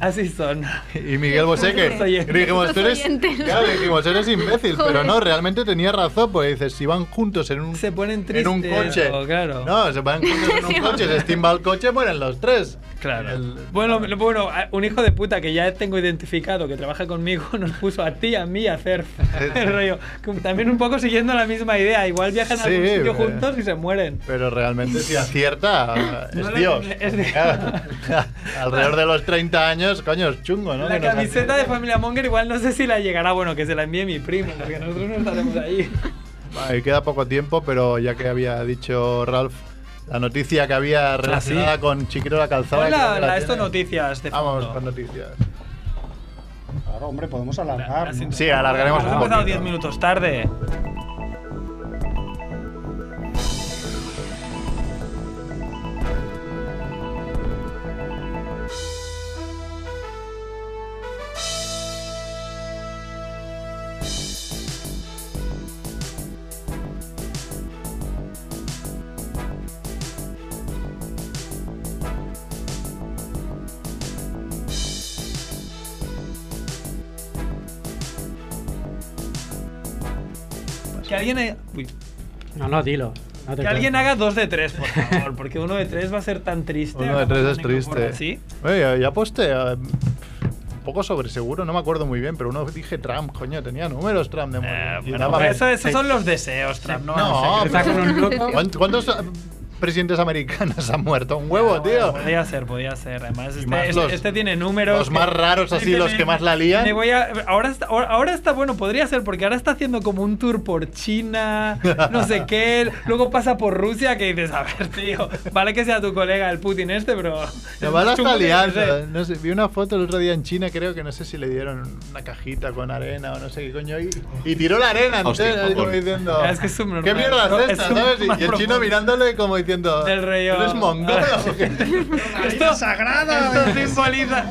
Así son. Y Miguel Bosé, que Nuestros oyentes. que dijimos, tú eres, Nuestros oyentes. claro, dijimos, eres imbécil, Joder. pero no, realmente tenía razón, porque dices, si van juntos en un, se ponen en un tristes, coche, o claro. no, se van juntos en un (laughs) Sí, coche, se estimba el coche, mueren los tres. Claro. Bueno, lo- bueno, a- un hijo de puta que ya tengo identificado, que trabaja conmigo, (laughs) nos puso a ti y a mí a hacer el (laughs) rollo. Como También un poco siguiendo la misma idea. Igual viajan a Sí, algún sitio pero- juntos y se mueren. Pero realmente si acierta, (laughs) es No le- Dios. es Dios. Claro. (laughs) Alrededor de los 30 años, coño, es chungo, ¿no? La Que nos camiseta de Familia Monger igual no sé si la llegará, bueno, que se la envíe mi primo, porque nosotros no estaremos (laughs) ahí. Vale, queda poco tiempo, pero ya que había dicho Ralph la noticia que había relacionada sí. con Chiquito la Calzada. Hola, creo que la la- esto tiene. noticias de Vamos fondo. con noticias. Claro, hombre, podemos alargar. ¿no? Sí, alargaremos Hemos un empezado poquito. 10 minutos tarde. Que alguien, haya- uy, No, no, dilo. No te que alguien haga dos de tres, por favor, porque uno de tres va a ser tan triste. Uno de tres es Necroporra, triste. ¿Sí? Oye, ya- ya aposté a- un poco sobre seguro, no me acuerdo muy bien, pero uno dije Trump, coño, tenía números Trump de y Eh, Bueno, daba- pero eso, esos son los deseos, Trump. No, No, pues, Está con un loco. ¿Cuántos- ¿Cuántos eh, presidentes americanos (laughs) han muerto? Un Ah, huevo, tío. Podía ser, podía ser. Además, este, más este- los- este tiene números. los que- más raros, así, los que más la lían. Me voy a- ahora, está, ahora, ahora está bueno, podría ser, porque ahora está haciendo como un tour por China, no sé (laughs) qué. Luego pasa por Rusia, que dices, a ver, tío, vale que sea tu colega el Putin este, pero. La es bala más chungo está que yo sé. liando. ¿eh? No sé, vi una foto el otro día en China, creo que no sé si le dieron una cajita con arena o no sé qué coño. Y, y tiró la arena Hostia, entera, así como joder. diciendo. Es que es subnormal. ¿Qué mierda No, es es esta? ¿sabes? Y- Y, el subnormal. chino mirándole como diciendo. Del rollo. (laughs) ¿Eres mongolo? Esto, esto simboliza.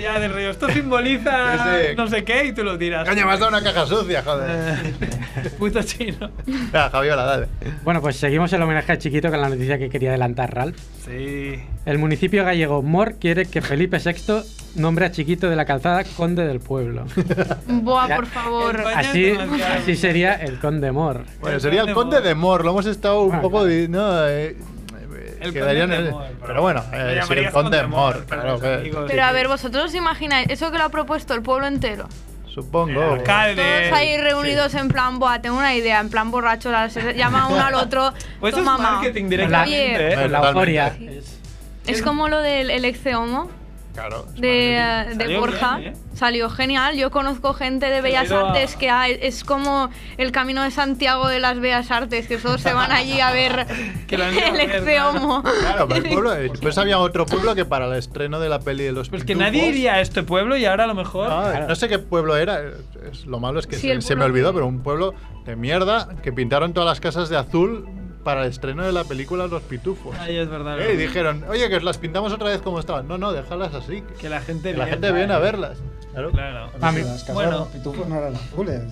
Ya, del río, esto simboliza Ese- no sé qué y tú lo tiras. Coño, me has dado una caja sucia, joder. Eh. Puto chino. Ya, Javiola, dale. Bueno, pues seguimos el homenaje a Chiquito con la noticia que quería adelantar, Ralph. Sí. El municipio gallego Mor quiere que Felipe VI nombre a Chiquito de la Calzada conde del pueblo. Boa, por favor. Así, así sería el conde Mor. Bueno, sería el conde de Mor. Lo hemos estado un poco. di- No, eh, eh, quedarían Ah, conde de en- Mor, Pero bueno, eh, Lo sí, el llamarías conde conde de Mor. Mor, Claro, pero que- amigos. Pero a ver, vosotros os imagináis, eso que lo ha propuesto el pueblo entero. supongo. Todos ahí reunidos en plan, boa, tengo una idea, en plan borracho, la- se llama uno al otro. (laughs) Pues eso toma, es ma. marketing Oye, directamente, ¿eh? Con la euforia. Es como lo del el ex homo Claro. de, eh, de Salió Borja. bien, ¿eh? Salió genial. Yo conozco gente de Bellas Salió a- Artes que ah, es como el camino de Santiago de las Bellas Artes, que todos se van allí a ver (laughs) Que lo han ido a el ver, ex homo. Claro, pero (laughs) el pueblo. Después había otro pueblo que para el estreno de la peli de los. Pues que nadie pitufos- iría a este pueblo y ahora a lo mejor. Ah, No sé qué pueblo era, es- lo malo es que Sí, se, el se me pueblo- olvidó, pero un pueblo de mierda que pintaron todas las casas de azul para el estreno de la película Los Pitufos. Ay, es verdad. Eh, y dijeron, oye, que os las pintamos otra vez como estaban. No, no, déjalas así. Que, que la gente que la viene, gente viene a claro. verlas. Claro. Claro. Las casas de Bueno. los pitufos no eran azules.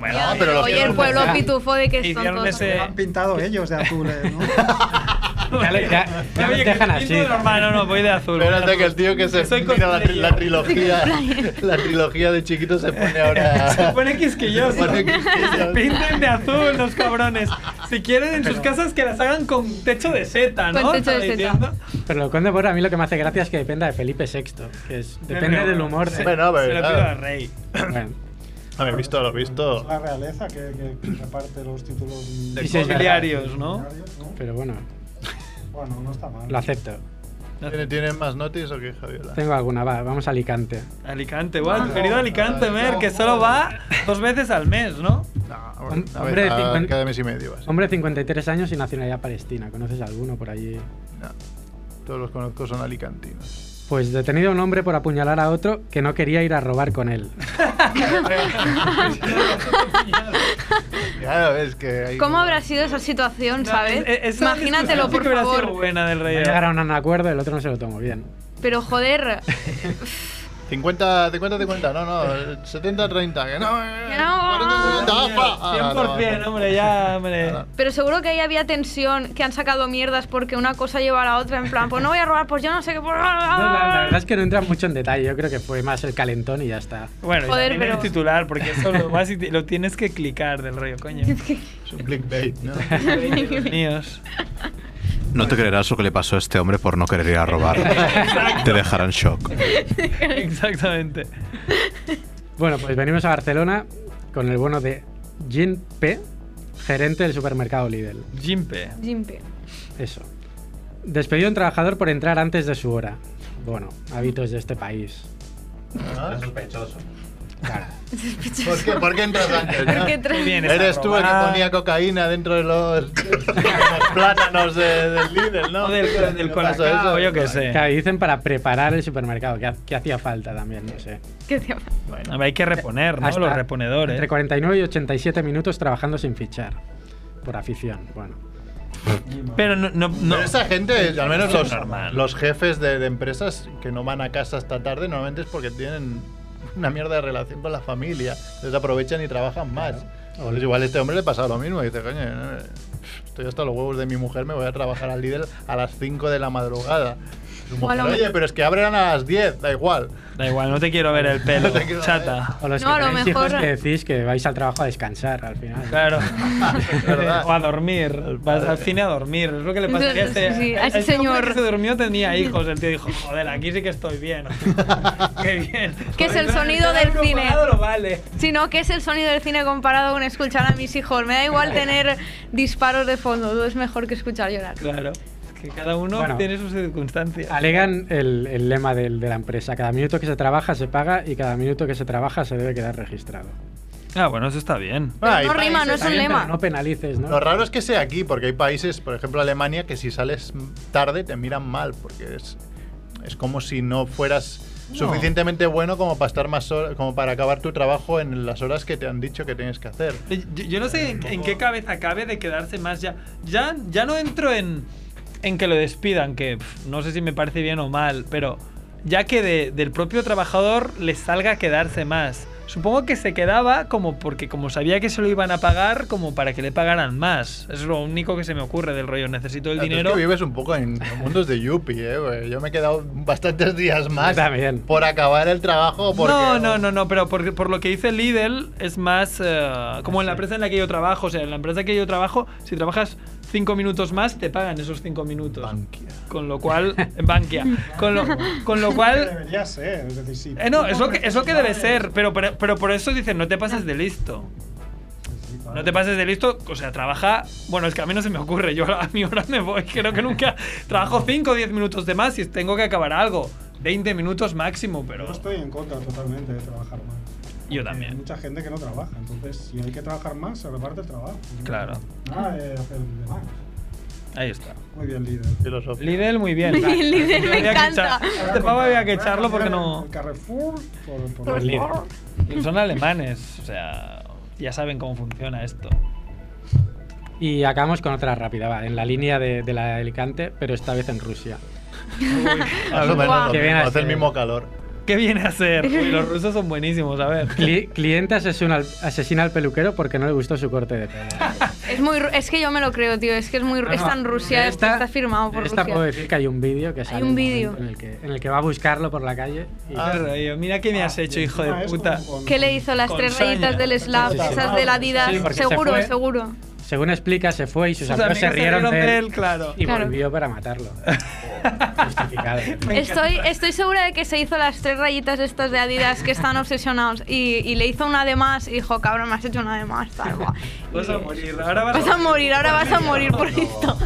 Bueno, Ah, pero los Oye, el pueblo pitufos- pitufo de que son Hicieron todos. ese- Han pintado ellos de azules, ¿no? (laughs) Ya, le- ya- ya Oye, les que dejan te así. pinto normal, no, no, voy de azul. Espérate (laughs) que el tío que se Soy (laughs) mira la, tri- la cosplayer. (laughs) trilogía, la trilogía de chiquito se pone ahora. Se pone quisquilloso. Se pone quisquilloso. Pinten de azul los cabrones. Si quieren en sus casas que las hagan con techo de seta, ¿no? Con techo de Estaba seta. diciendo. Pero el conde Mor a mí lo que me hace gracia es que dependa de Felipe VI, que es, depende Pero- del humor. de- Se, Bueno, a ver, se lo pido claro. al rey. Bueno. (laughs) A ver, visto lo visto. Ah, La realeza que, que reparte los títulos De Inmobiliarios, ¿no? Pero bueno, Bueno, no está mal. lo acepto. ¿Tiene- ¿Tienen más noticias o qué, Javiola? Tengo alguna, va, vamos a Alicante. Alicante, guau, tu querido Alicante, Mer, que solo va dos veces al mes, ¿no? Hom- hombre, de 50 cada mes y medio. así. hombre de 53 años y nacionalidad palestina. ¿Conoces alguno por allí? Todos los conozco son alicantinos. Pues detenido un hombre por apuñalar a otro que no quería ir a robar con él. Claro, es que eh, hay... ¿Cómo habrá sido esa situación, (laughs) sabes? Imagínatelo, por favor. buena del rey. Llegaron a un acuerdo, el otro no se lo tomó bien. Pero (laughs) joder, 50, 50, 50, no, no, 70, 30, que no. eh, que no. 40, fa. Ah, no, Ah, 100%, hombre, ya, hombre. Pero seguro que ahí había tensión, que han sacado mierdas porque una cosa lleva a la otra, en plan, pues no voy a robar, pues ah, yo no sé qué. La verdad es que no entra mucho en detalle, yo creo que fue más el calentón y ya está. Bueno, y Joder, también pero- el titular, porque eso (laughs) lo, vas y te- lo tienes que clicar del rollo, coño. Es un clickbait, (laughs) ¿no? (laughs) Dios míos. No te creerás lo que le pasó a este hombre por no querer ir a robar. te dejarán shock. Exactamente. Bueno, pues venimos a Barcelona con el bono de Jim P., gerente del supermercado Lidl. Jimpe. (laughs) Jimpe. Eso. Despedido a un trabajador por entrar antes de su hora. Bueno, hábitos de este país. sospechoso. ¿Ah? (laughs) ¿Por qué, por qué entras (laughs) antes? ¿Por no? qué entras? Vienes Eres a tú el que robar. ponía cocaína dentro de los, (laughs) de los plátanos de- del líder, ¿no? O del, del ¿Qué pasó colacao, eso? yo qué sé. Claro, y dicen para preparar el supermercado, que, ha- que hacía falta también, no sé. (laughs) A ver, hay que reponer, ¿no? Hasta Los reponedores. Entre 49 y 87 minutos trabajando sin fichar. Por afición, bueno. Pero no, no, no. Pero esa gente, al menos Eso los, es normal. los jefes de, de empresas que no van a casa hasta tarde, normalmente es porque tienen una mierda de relación con la familia. Entonces aprovechan y trabajan más. Pues igual a este hombre le pasa lo mismo. Dice, coño, eh, estoy hasta los huevos de mi mujer, me voy a trabajar al líder a las 5 de la madrugada. Su O a lo mujer, Oye, me- pero es que abren a las 10, da igual. Da igual, (laughs) no te quiero ver el pelo, chata. O los No, a que lo tenéis mejor- hijos que decís que vais al trabajo a descansar al final. Claro. verdad. (laughs) o a dormir. Vas al cine a dormir. Es lo que le pasaría a este, Sí, a a ese este hombre señor. que se durmió tenía hijos. El tío dijo, joder, aquí sí que estoy (laughs) bien. Qué bien. Que es el Joder, sonido del algo cine. pagado lo vale. Si no, ¿qué es el sonido del cine comparado con escuchar a mis hijos? Me da igual tener disparos de fondo, todo es mejor que escuchar llorar. Claro. Es que cada uno Bueno. tiene sus circunstancias. Alegan el, el lema del- de la empresa. Cada minuto que se trabaja se paga y cada minuto que se trabaja se debe quedar registrado. Ah, bueno, eso está bien. Bueno, hay no países- rima, no es un Bien, pero lema. No penalices, ¿no? Lo raro es que sea aquí, porque hay países, por ejemplo Alemania, que si sales tarde te miran mal, porque es, es como si no fueras suficientemente bueno como para estar más hor- como para acabar tu trabajo en las horas que te han dicho que tienes que hacer. Yo, yo no sé en, en qué cabeza cabe de quedarse más ya. Ya, ya no entro en, en que lo despidan, que pf, no sé si me parece bien o mal, pero ya que de- del propio trabajador le salga quedarse más. Supongo que se quedaba como porque como sabía que se lo iban a pagar, como para que le pagaran más. Es lo único que se me ocurre del rollo. Necesito el Claro, tú es dinero. que vives un poco en mundos de yuppie, ¿eh? güey. Yo me he quedado bastantes días más También. por acabar el trabajo. Porque, No, no, no, no, pero por, por lo que dice Lidl es más eh, como en la empresa en la que yo trabajo. O sea, en la empresa que yo trabajo, si trabajas cinco minutos más, te pagan esos cinco minutos. Con lo cual, en Bankia. Con lo, con lo cual. Debería ser, es decir, sí. eh, no, es lo, que, es lo que debe ser. Pero, pero, pero por eso dicen, no te pases de listo. No te pases de listo, o sea, trabaja. Bueno, es que a mí no se me ocurre. Yo a mi hora me voy. Creo que nunca. Trabajo 5 o 10 minutos de más y tengo que acabar algo. 20 minutos máximo, pero. Yo estoy en contra totalmente de trabajar más. Yo Porque también. Hay mucha gente que no trabaja, entonces si hay que trabajar más, se reparte el trabajo. Claro. Nada de hacer de más. Ahí está. Muy bien, líder. Filosofía. Lidl muy bien. Muy bien, (laughs) Lidl, me Había que encanta. echar- Este pavo había que echarlo porque no. El Carrefour, por, por, Por Lidl. Son alemanes, o sea, ya saben cómo funciona esto. Y acabamos con otra rápida, va, en la línea de, de la de Alicante, pero esta vez en Rusia. Más o menos Guau. lo Que viene mismo, a hace el ser- mismo calor. ¿Qué viene a ser? Uy, los rusos son buenísimos, a ver. Cli- cliente asesina al, asesina al peluquero porque no le gustó su corte de pelo. Es, muy, ru- es que yo me lo creo, tío, es que es, muy, ru- No, no, está en Rusia, esto esta- está firmado por Esta puedo Rusia. decir que hay un vídeo que sale un en el vídeo. momento en el que en el que va a buscarlo por la calle. y- Ah, rollo, mira qué me Ah, has hecho, hijo de puta. ¿Qué le hizo las Con tres saña. rayitas del slap, Sí, sí, sí. esas de la Adidas? Sí, porque se seguro, fue. seguro. Según explica, se fue y sus, Sus amigos, se amigos rieron de él, (laughs) claro. y Claro. volvió para matarlo. Justificado. Estoy, estoy segura de que se hizo las tres rayitas estas de Adidas que están obsesionados y, y le hizo una de más y dijo, cabrón, me has hecho una de más, salva. Vas a morir, ahora vas, Vas a morir, ahora vas a morir por esto.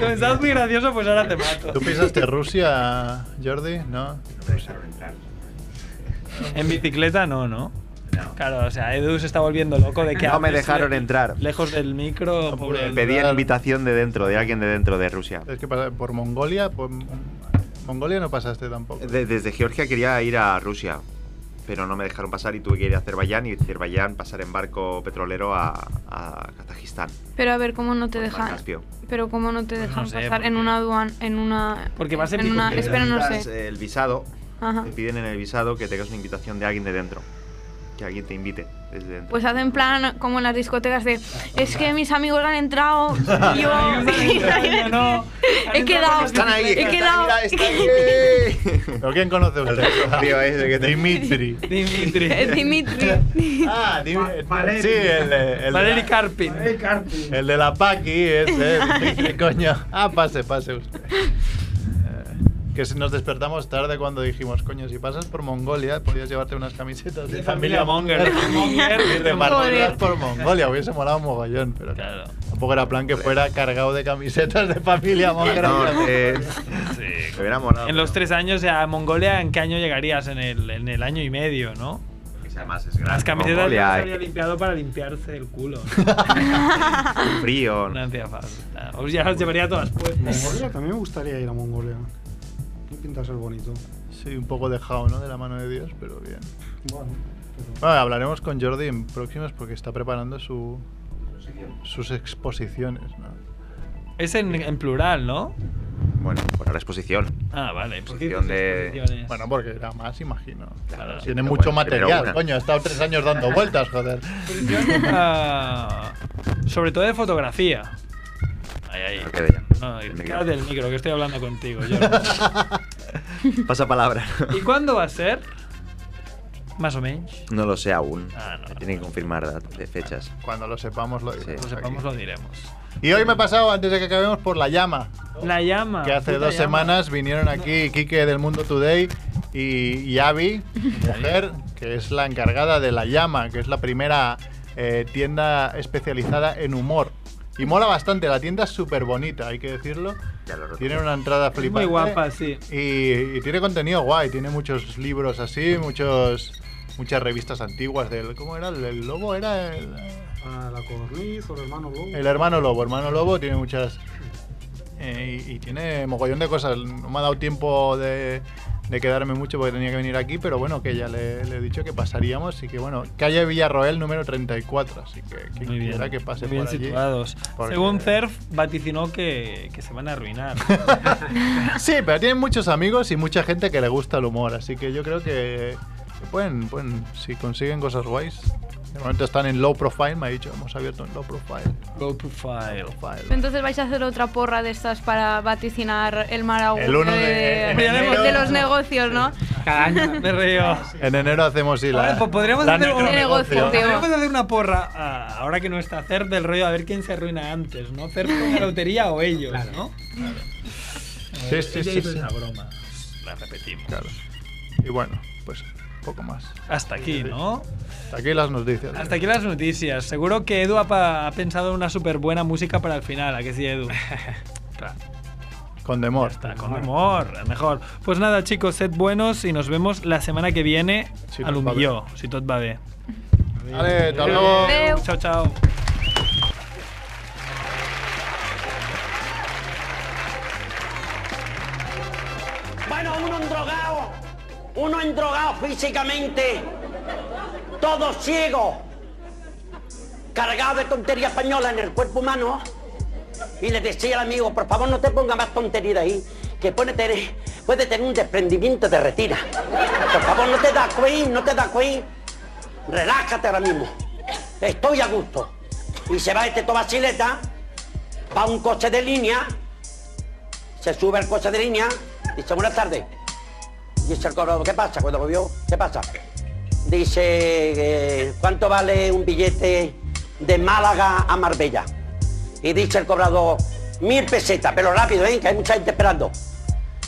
Comenzabas muy gracioso, pues ahora te mato. ¿Tú piensaste Rusia, Jordi? No. En bicicleta no, ¿no? Claro, o sea, Edu se está volviendo loco de que No me hables dejaron le- entrar. Lejos del micro, pobre. Pedí invitación de dentro, de alguien de dentro de Rusia. Es que pasa- por Mongolia, por Mongolia no pasaste tampoco. De- desde Georgia quería ir a Rusia, pero no me dejaron pasar y tuve que ir a Azerbaiyán y de Azerbaiyán pasar en barco petrolero a, a Kazajistán. Pero a ver, ¿cómo no te dejan? Caspio. Pero ¿cómo no te dejan sé, pasar en una aduana, en una... Porque vas en En una- bicicleta. espera, no sé. eh. El visado, Ajá. te piden en el visado que tengas una invitación de alguien de dentro. Que alguien te invite desde dentro. Pues hacen plan como en las discotecas de, es que mis amigos han entrado, (laughs) yo... (laughs) Yo no. He quedado, Están ahí, he están, quedado. este. (laughs) mira, están ¿Pero quién conoce usted? Dimitri. Dimitri. Eh, Dimitri. Ah, Dimitri. Valeri. Sí, el, de- el Valeri de, Carpin. Ah, la, el de la (laughs) Paki, ese, Dimitri, coño. Ah, pase, pase usted. Eh, Que si nos despertamos tarde cuando dijimos, coño, si pasas por Mongolia, podías llevarte unas camisetas de, Familia Monger. Monger. (laughs) y repartirlas Joder. por Mongolia. Hubiese molado un mogollón, pero tampoco era plan que fuera cargado de camisetas de Familia Monger. (laughs) No, eh, me hubiera molado. En los tres años, a Mongolia, ¿en qué año llegarías? En el, en el año y medio, ¿no? Que sea más, es grande. Las camisetas Mongolia, las eh. habría limpiado para limpiarse el culo. Frío. No hacía falta. Os ya las llevaría todas puestas. Mongolia, también me gustaría ir a Mongolia. Tiene pinta de ser bonito. Sí, un poco dejado, ¿no? De la mano de Dios, pero bien. Bueno, Bueno, hablaremos con Jordi en próximos porque está preparando su, sus exposiciones. ¿no? Es en, en plural, ¿no? Bueno, por la exposición. Ah, vale. ¿por qué Exposición dices de- exposiciones? Bueno, porque era más, imagino. Claro. Tiene Pero mucho bueno, material, pero una. coño. Ha estado tres años dando vueltas, joder. Ah, sobre todo de fotografía. Ahí, ahí. No quede ya. No, El micro. quédate el micro, que estoy hablando contigo. yo. Pasa palabra. ¿Y cuándo va a ser? Más o menos. No lo sé aún. Ah, no. Me Tienen que confirmar dat- de fechas. (laughs) Cuando lo sepamos, lo diremos. Cuando Lo aquí. sepamos, lo diremos. Y hoy me he pasado, antes de que acabemos, por la llama. La llama. Que hace puta dos llama. semanas vinieron aquí Quique del Mundo Today y, y Abby, mujer, que es la encargada de La Llama, que es la primera eh, tienda especializada en humor. Y mola bastante, la tienda es súper bonita, hay que decirlo. Ya lo Tiene una entrada Es flipante. Muy guapa, sí. Y, y tiene contenido guay, tiene muchos libros así, muchos muchas revistas antiguas del... ¿Cómo era? ¿El, el lobo? ¿Era el, a la corniz o el hermano Lobo. el hermano lobo? Hermano lobo tiene muchas... eh, y, y tiene mogollón de cosas. No me ha dado tiempo de, de quedarme mucho porque tenía que venir aquí, pero bueno, que ya le, le he dicho que pasaríamos y que bueno, calle Villarroel número 34, así que quien Muy bien. quiera que pase muy bien por allí. situados. porque- Según CERF, vaticinó que, que se van a (laughs) arruinar. (laughs) Sí, pero tienen muchos amigos y mucha gente que le gusta el humor, así que yo creo que que pueden, pueden si consiguen cosas guays. De momento están en low profile, me ha dicho, hemos abierto en low profile. Low profile. (laughs) Entonces vais a hacer otra porra de estas para vaticinar el mar El uno de- de, de los negocios, ¿no? Cada año. Me río. En enero hacemos sí, la, Ahora, pues, podríamos la hacer negro un negocio. negocio, tío. Podríamos hacer una porra ah, ahora que no está CERF del rollo a ver quién se arruina antes, ¿no? CERF con (laughs) la lotería o ellos, ¿no? Sí, sí, Ella sí, hizo sí. esa broma. La repetimos. Claro. Y bueno, pues poco más. Hasta aquí, ¿no? Hasta aquí las noticias. Hasta aquí las noticias. Seguro que Edu ha, pa- ha pensado una súper buena música para el final, ¿a que sí, (laughs) Edu? Claro, Con demor. está, con amor, mejor. Pues nada, chicos, sed buenos y nos vemos la semana que viene Si al tot va Humilló, si tot va bé. Vale, hasta luego. Adeu. Chao, chao. Bueno, uno endrogado, uno endrogado físicamente, todo ciego, cargado de tontería española en el cuerpo humano. Y le decía al amigo, por favor no te ponga más tontería ahí, que puede tener, puede tener un desprendimiento de retina. Por favor no te da cuí, no te da cuí. Relájate ahora mismo. Estoy a gusto. Y se va este tobacileta, va a un coche de línea, se sube al coche de línea, dice buenas tardes. Dice el cobrador, ¿qué pasa? Cuando me vio, ¿qué pasa? Dice, eh, ¿cuánto vale un billete de Málaga a Marbella? Y dice el cobrador, mil pesetas, pero rápido, ¿eh? que hay mucha gente esperando.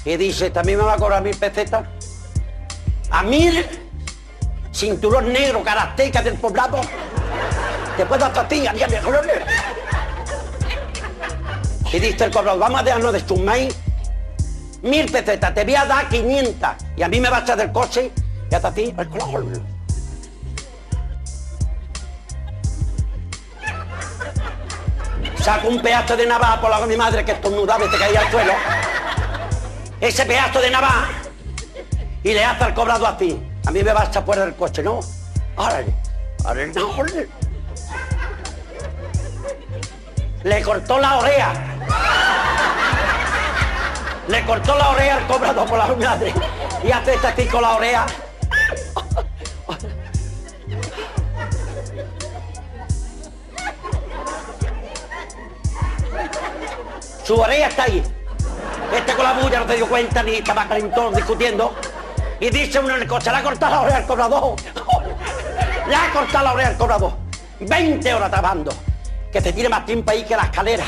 Y dice, ¿también me va a cobrar mil pesetas? A mil cinturón negro, carateca del poblado. Te puedo hasta a ti, a mí, a mí, a mí. Y dice el cobrador, vamos a dejarnos de chumay. Mil pesetas, te voy a dar 500. Y a mí me vas a echar del coche y hasta a ti, al clol. Saco un pedazo de navaja por la de mi madre que estornudaba y te caía al suelo. Ese pedazo de navaja y le hace al cobrado a ti. A mí me vas a poner el coche, ¿no? Árale, árale, no, órale. Le cortó la oreja. Le cortó la oreja al cobrado por la madre. Y hace esta así con la oreja. Su oreja está ahí. Este con la bulla no te dio cuenta ni estaba calentón discutiendo. Y dice uno en el coche, le ha cortado la oreja al cobrador. (laughs) le ha cortado la oreja al cobrador. 20 horas trabajando. Que te tiene más tiempo ahí que la escalera.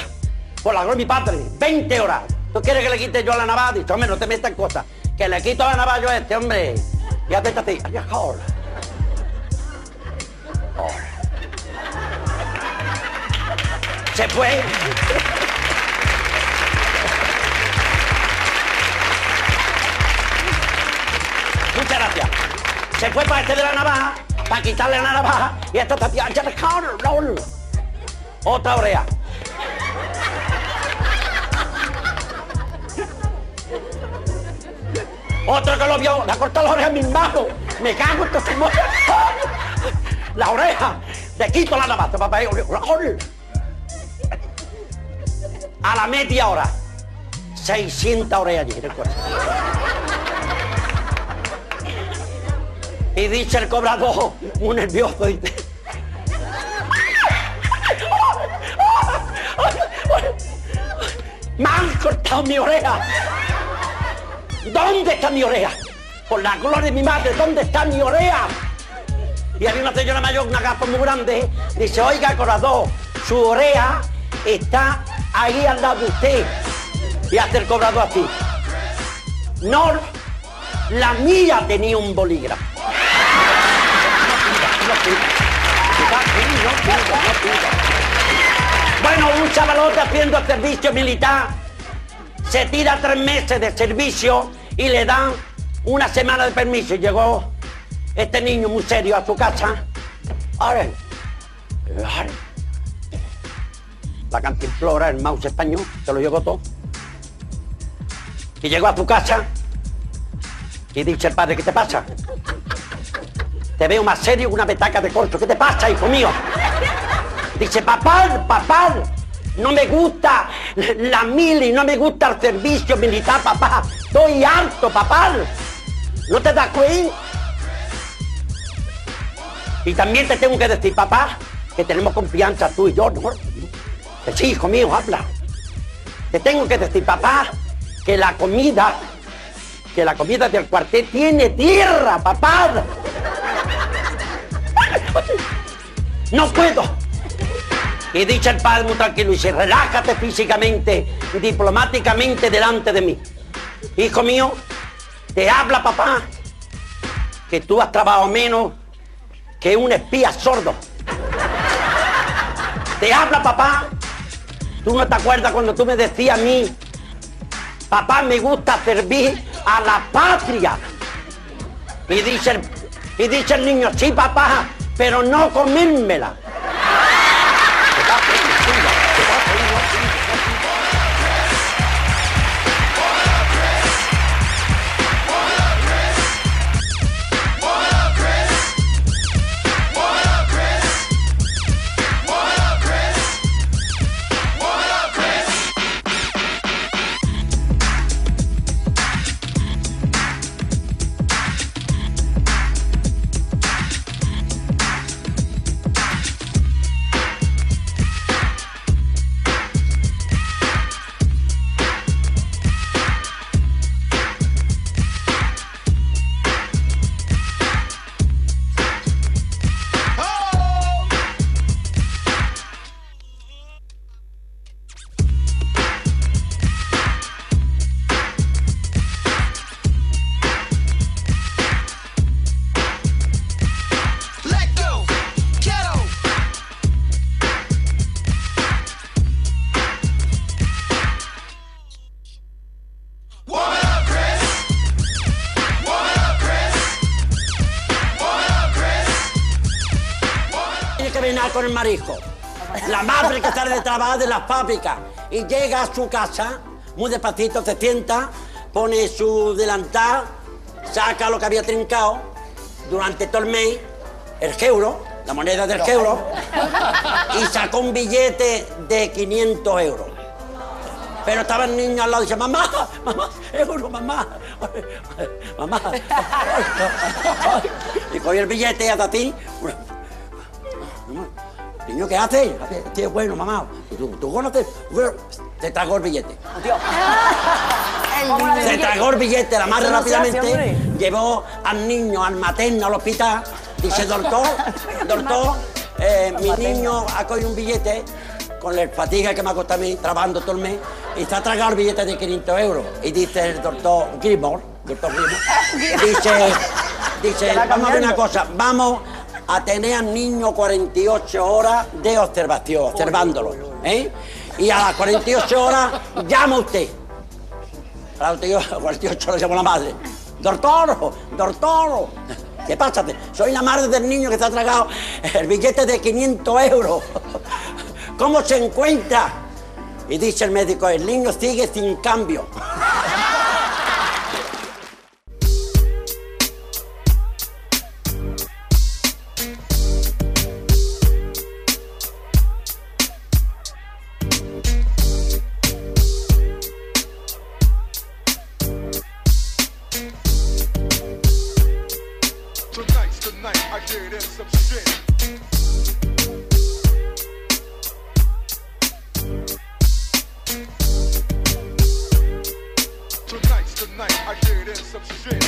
Por la gloria de mi padre. 20 horas. ¿Tú quieres que le quite yo la navaja? Dice, hombre, no te metas en cosas. Que le quito la navaja yo a este, hombre. Y atéstate. Ay, ahora. Ahora. Se fue. Muchas gracias. Se fue para este de la navaja, para quitarle la navaja, y esta está tía, ya cabrón, lol. Otra oreja. Otro que lo vio, le ha cortado la oreja a mis manos. Me cago en tu madre. La oreja. Le quito la navaja, papá. lol. A la media hora. 600 orejas allí en el coche. Y dice el cobrador, muy nervioso, dice. ¡Me han cortado mi oreja! ¿Dónde está mi oreja? Por la gloria de mi madre, ¿dónde está mi oreja? Y había una señora mayor, una gafa muy grande, dice, oiga, cobrador, su oreja está ahí al lado de usted. Y hace el cobrador así. No, la mía tenía un bolígrafo. Bueno, un chavalote haciendo el servicio militar se tira tres meses de servicio y le dan una semana de permiso. Y llegó este niño muy serio a su casa. Ahora, ahora, la cantimplora, el mouse español, se lo llegó todo. Y llegó a su casa y dice el padre, ¿qué te pasa? Te veo más serio que una petaca de corcho. ¿Qué te pasa, hijo mío? Dice, papá, papá, no me gusta la mili, no me gusta el servicio militar, papá. Estoy harto, papá. ¿No te das cuenta? Y también te tengo que decir, papá, que tenemos confianza tú y yo, ¿no? Que sí, hijo mío, habla. Te tengo que decir, papá, que la comida, que la comida del cuartel tiene tierra, papá. ¡No puedo! Y dice el padre muy tranquilo, y dice, relájate físicamente, diplomáticamente delante de mí. Hijo mío, te habla papá, que tú has trabajado menos que un espía sordo. Te habla papá, tú no te acuerdas cuando tú me decías a mí, papá me gusta servir a la patria. Y dice el, y dice el niño, sí papá, pero no comérmela. con el marisco. La madre que sale de trabajar de las fábricas y llega a su casa, muy despacito, se sienta, pone su delantal, saca lo que había trincado durante todo el mes, el euro, la moneda del euro, y sacó un billete de 500 euros. Pero estaba el niño al lado y dice, mamá, mamá, euro, mamá, mamá. Y cogió el billete hasta ti. Niño, ¿qué haces? Tío, bueno, mamá. Y tú, ¿Tú conoces? Bueno, Te tragó el billete. Se tragó el billete, la más Eso no se hace, rápidamente. Llevó al niño, al materno, al hospital. Dice, doctor, doctor, eh, mi niño ha cogido un billete con la fatiga que me ha costado a mí, trabajando todo el mes, y se ha tragado el billete de 500 euros. Y dice el doctor Gilmore, doctor Gilmore, dice, dice, Se va vamos a ver una cambiando. cosa, vamos a tener al niño 48 horas de observación, observándolo, ¿eh? Y a las 48 horas llama usted. A las 48 48 horas llama la madre. Doctor, doctor, ¿qué pasa? Soy la madre del niño que se ha tragado el billete de 500 euros. ¿Cómo se encuentra? Y dice el médico, el niño sigue sin cambio. Tonight's the night I get in some shit. uh,